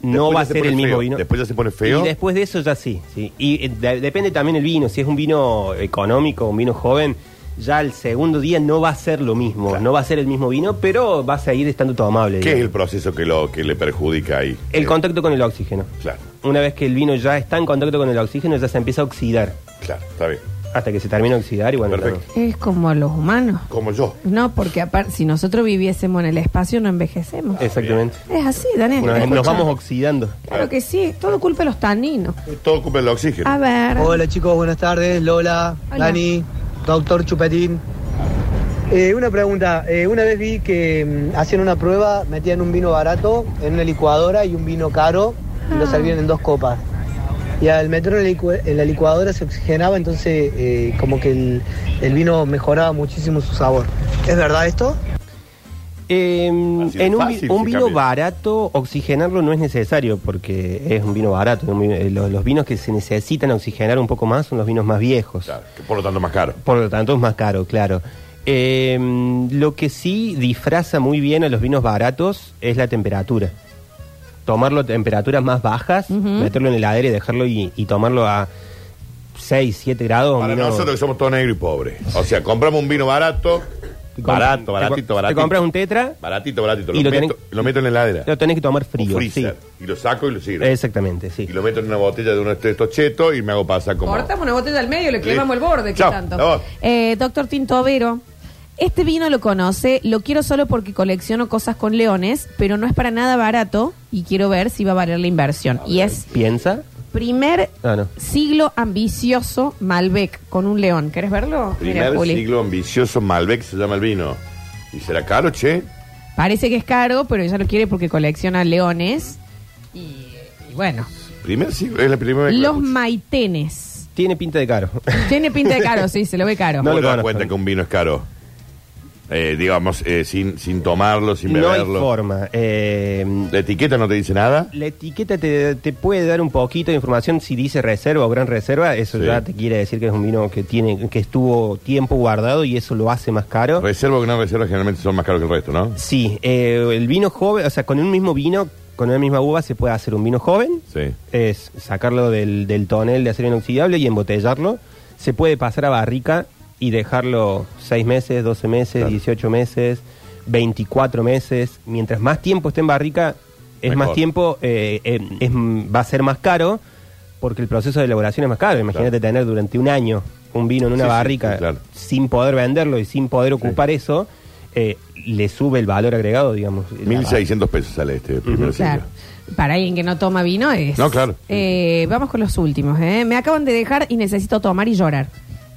[SPEAKER 4] No
[SPEAKER 3] Después
[SPEAKER 4] va
[SPEAKER 3] ya
[SPEAKER 4] a
[SPEAKER 3] se
[SPEAKER 4] ser
[SPEAKER 3] pone
[SPEAKER 4] el mismo
[SPEAKER 3] feo.
[SPEAKER 4] vino.
[SPEAKER 3] Después ya se pone feo.
[SPEAKER 4] Y después de eso ya sí. sí. Y eh, de- depende también el vino. Si es un vino económico, un vino joven, ya el segundo día no va a ser lo mismo.
[SPEAKER 3] Claro.
[SPEAKER 4] No va a ser el mismo vino, pero va a seguir estando tomable.
[SPEAKER 3] ¿Qué es el
[SPEAKER 4] digamos.
[SPEAKER 3] proceso que, lo, que le perjudica ahí?
[SPEAKER 4] El
[SPEAKER 3] Eh,
[SPEAKER 4] contacto con el oxígeno.
[SPEAKER 3] Claro,
[SPEAKER 4] Una vez que el vino ya está en contacto con el oxígeno, ya se empieza a oxidar.
[SPEAKER 3] claro, está bien.
[SPEAKER 4] Hasta que se termina de oxidar y bueno,
[SPEAKER 3] Perfecto.
[SPEAKER 4] claro.
[SPEAKER 2] Es como los humanos.
[SPEAKER 3] Como yo.
[SPEAKER 2] No, porque aparte, si nosotros viviésemos en el espacio, no envejecemos.
[SPEAKER 4] Exactamente.
[SPEAKER 2] Es así, Daniel.
[SPEAKER 4] Una vez
[SPEAKER 2] Escucha.
[SPEAKER 4] nos vamos oxidando.
[SPEAKER 2] Claro que sí, todo culpa de los taninos.
[SPEAKER 3] Todo cumple el oxígeno.
[SPEAKER 2] A ver.
[SPEAKER 7] Hola chicos, buenas tardes. Lola,
[SPEAKER 2] Hola.
[SPEAKER 7] Dani, doctor Chupetín. Eh, una pregunta, eh, una vez vi que mm, hacían una prueba, metían un vino barato en una licuadora y un vino caro y lo servían en dos copas. Y al meterlo en la, licu- en la licuadora se oxigenaba, entonces eh, como que el, el vino mejoraba muchísimo su sabor. ¿Es verdad esto?
[SPEAKER 4] Eh,
[SPEAKER 3] Ha sido
[SPEAKER 4] en un, vi-
[SPEAKER 3] fácil,
[SPEAKER 4] un
[SPEAKER 3] se
[SPEAKER 4] vino
[SPEAKER 3] cambia.
[SPEAKER 4] barato, oxigenarlo no es necesario porque es un vino barato. un vino- eh, los, los vinos que se necesitan oxigenar un poco más son los vinos más viejos.
[SPEAKER 3] Claro, que por lo tanto más caro.
[SPEAKER 4] Por lo tanto es más caro, claro. Eh, lo que sí disfraza muy bien a los vinos baratos es la temperatura. Tomarlo a temperaturas más bajas, meterlo en el heladero y dejarlo y, y tomarlo a 6, 7 grados. un
[SPEAKER 3] Para
[SPEAKER 4] vino-
[SPEAKER 3] nosotros que somos todos negros y pobres. O sea, compramos un vino barato,
[SPEAKER 4] te com-
[SPEAKER 3] barato,
[SPEAKER 4] te
[SPEAKER 3] baratito,
[SPEAKER 4] com-
[SPEAKER 3] baratito.
[SPEAKER 4] Te compras un tetra,
[SPEAKER 3] Baratito, baratito.
[SPEAKER 4] Y
[SPEAKER 3] Lo,
[SPEAKER 4] lo
[SPEAKER 3] meto,
[SPEAKER 4] tienen-
[SPEAKER 3] lo meto en la heladera.
[SPEAKER 4] lo tenés que tomar frío.
[SPEAKER 3] O
[SPEAKER 4] sí.
[SPEAKER 3] freezer. Y lo saco y lo sirvo.
[SPEAKER 4] Exactamente, sí.
[SPEAKER 3] Y lo meto en una botella de uno de estos chetos y me hago pasar como...
[SPEAKER 2] Cortamos una botella al medio y le
[SPEAKER 3] Listo.
[SPEAKER 2] quemamos el borde, ¿qué
[SPEAKER 3] Chao, la
[SPEAKER 2] tanto?
[SPEAKER 3] voz.
[SPEAKER 2] Eh, doctor Tintovero, este vino lo conoce, lo quiero solo porque colecciono cosas con leones, pero no es para nada barato y quiero ver si va a valer la inversión. Y es
[SPEAKER 4] ¿Piensa?
[SPEAKER 2] primer
[SPEAKER 4] Ah, no.
[SPEAKER 2] siglo ambicioso Malbec con un león. ¿Querés verlo? Mira,
[SPEAKER 3] Primer
[SPEAKER 2] Juli.
[SPEAKER 3] siglo ambicioso Malbec se llama el vino. ¿Y será caro, che?
[SPEAKER 2] Parece que es caro, pero ella lo quiere porque colecciona leones. Y, y bueno,
[SPEAKER 3] Primer siglo, es la primera vez que lo
[SPEAKER 2] los
[SPEAKER 3] escucho.
[SPEAKER 2] maitenes.
[SPEAKER 4] Tiene pinta de caro.
[SPEAKER 2] Tiene pinta de caro, sí, se lo ve caro.
[SPEAKER 4] No
[SPEAKER 3] ¿Cómo
[SPEAKER 4] lo
[SPEAKER 3] te das
[SPEAKER 4] conozco.
[SPEAKER 3] cuenta que un vino es caro? Eh, digamos, eh, sin, sin tomarlo, sin
[SPEAKER 4] no hay
[SPEAKER 3] beberlo.
[SPEAKER 4] forma. Eh,
[SPEAKER 3] ¿La etiqueta no te dice nada?
[SPEAKER 4] la etiqueta te, te puede dar un poquito de información si dice reserva o gran reserva. Eso
[SPEAKER 3] Sí.
[SPEAKER 4] ya te quiere decir que es un vino que tiene que estuvo tiempo guardado y eso lo hace más caro.
[SPEAKER 3] Reserva o gran reserva generalmente son más caros que el resto, ¿no?
[SPEAKER 4] Sí, eh, el vino joven, o sea, con un mismo vino, con una misma uva se puede hacer un vino joven.
[SPEAKER 3] Sí.
[SPEAKER 4] Es sacarlo del, del tonel de acero inoxidable y embotellarlo. Se puede pasar a barrica y dejarlo 6 meses, 12 meses,
[SPEAKER 3] Claro.
[SPEAKER 4] 18 meses, 24 meses. Mientras más tiempo esté en barrica, es
[SPEAKER 3] Mejor.
[SPEAKER 4] más tiempo, eh, eh, es, mm, va a ser más caro porque el proceso de elaboración es más caro. Imagínate tener durante un año un vino en una
[SPEAKER 3] Sí, sí,
[SPEAKER 4] barrica
[SPEAKER 3] sí, claro.
[SPEAKER 4] sin poder venderlo y sin poder ocupar eso, eh, le sube el valor agregado, digamos.
[SPEAKER 3] 1.600 pesos sale este primer siglo.
[SPEAKER 2] Claro. Para alguien que no toma vino es.
[SPEAKER 3] No, claro.
[SPEAKER 2] Eh, vamos con los últimos. ¿eh? Me acaban de dejar y necesito tomar y llorar.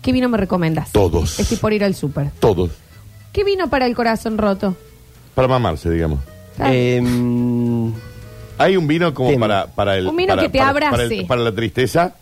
[SPEAKER 2] ¿Qué vino me recomendas?
[SPEAKER 3] Todos.
[SPEAKER 2] Estoy por ir al súper.
[SPEAKER 3] Todos.
[SPEAKER 2] ¿Qué vino para el corazón roto?
[SPEAKER 3] Para mamarse, digamos.
[SPEAKER 4] Eh, mm,
[SPEAKER 3] Hay un vino como
[SPEAKER 4] Tema.
[SPEAKER 3] para, para el.
[SPEAKER 2] Un vino
[SPEAKER 3] para-
[SPEAKER 2] que te
[SPEAKER 3] para-
[SPEAKER 2] abrace.
[SPEAKER 3] Para, el- para la tristeza.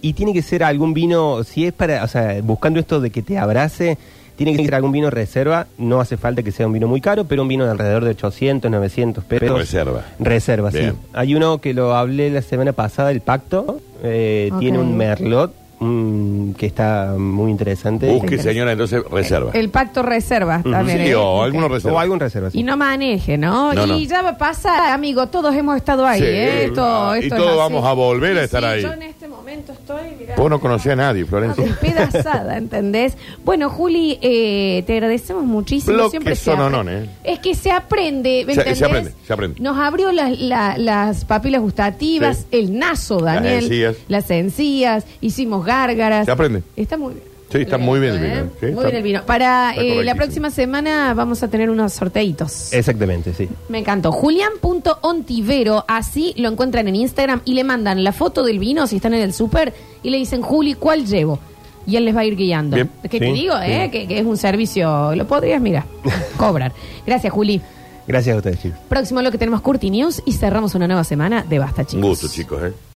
[SPEAKER 4] y tiene que ser algún vino, si es para, o sea, buscando esto de que te abrace, tiene que ser algún vino reserva, no hace falta que sea un vino muy caro, pero un vino de alrededor de 800, 900 pesos.
[SPEAKER 3] Reserva.
[SPEAKER 4] Reserva,
[SPEAKER 3] Bien.
[SPEAKER 4] sí. Hay uno que lo hablé la semana pasada, el Pacto, eh,
[SPEAKER 2] Ok.
[SPEAKER 4] tiene un Merlot mm, que está muy interesante.
[SPEAKER 3] Busque, señora, entonces reserva.
[SPEAKER 2] El pacto reserva. también,
[SPEAKER 3] Sí,
[SPEAKER 2] ¿eh?
[SPEAKER 3] o
[SPEAKER 2] Ok.
[SPEAKER 3] alguno reserva.
[SPEAKER 4] O algún reserva. sí.
[SPEAKER 2] Y no maneje, ¿no?
[SPEAKER 3] No,
[SPEAKER 2] y
[SPEAKER 3] no.
[SPEAKER 2] ya va a pasar, amigo, todos hemos estado ahí,
[SPEAKER 3] Sí.
[SPEAKER 2] ¿eh? Todo,
[SPEAKER 3] Ah, y
[SPEAKER 2] esto es
[SPEAKER 3] todos
[SPEAKER 2] así.
[SPEAKER 3] vamos a volver a
[SPEAKER 2] Y
[SPEAKER 3] estar
[SPEAKER 2] sí,
[SPEAKER 3] ahí.
[SPEAKER 2] Yo Ah, en este momento estoy, mirá,
[SPEAKER 3] Vos no conocés a nadie, Florencia.
[SPEAKER 2] despedazada, ¿entendés? Bueno, Juli, eh, te agradecemos muchísimo.
[SPEAKER 3] Bloque
[SPEAKER 2] Siempre se
[SPEAKER 3] sononón,
[SPEAKER 2] apre-
[SPEAKER 3] ¿eh?
[SPEAKER 2] Es que se aprende, ¿me
[SPEAKER 3] Se- se
[SPEAKER 2] entendés?
[SPEAKER 3] aprende, se aprende.
[SPEAKER 2] Nos abrió las, la- las papilas gustativas,
[SPEAKER 3] Sí.
[SPEAKER 2] el naso, Daniel.
[SPEAKER 3] encías.
[SPEAKER 2] Las encías, hicimos gárgaras.
[SPEAKER 3] Se aprende.
[SPEAKER 2] Está muy bien.
[SPEAKER 3] Sí, está muy bien el vino,
[SPEAKER 2] ¿eh?
[SPEAKER 3] sí,
[SPEAKER 2] muy
[SPEAKER 3] está-
[SPEAKER 2] bien el vino. Para
[SPEAKER 3] está
[SPEAKER 2] eh, la
[SPEAKER 3] correctísimo.
[SPEAKER 2] próxima semana vamos a tener unos sorteitos.
[SPEAKER 4] Exactamente, sí.
[SPEAKER 2] Me encantó. Julián.ontivero, así lo encuentran en Instagram y le mandan la foto del vino si están en el súper y le dicen, Juli, ¿cuál llevo? Y él les va a ir guiando.
[SPEAKER 3] Bien.
[SPEAKER 2] Que te
[SPEAKER 4] Sí,
[SPEAKER 2] digo,
[SPEAKER 4] sí.
[SPEAKER 2] ¿eh? Que, que es un servicio, lo podrías, mira, cobrar. Gracias, Juli.
[SPEAKER 4] Gracias a ustedes, chicos.
[SPEAKER 2] Próximo lo que tenemos Curti News y cerramos una nueva semana de Basta,
[SPEAKER 3] Un
[SPEAKER 2] chicos.
[SPEAKER 3] gusto, chicos, ¿eh?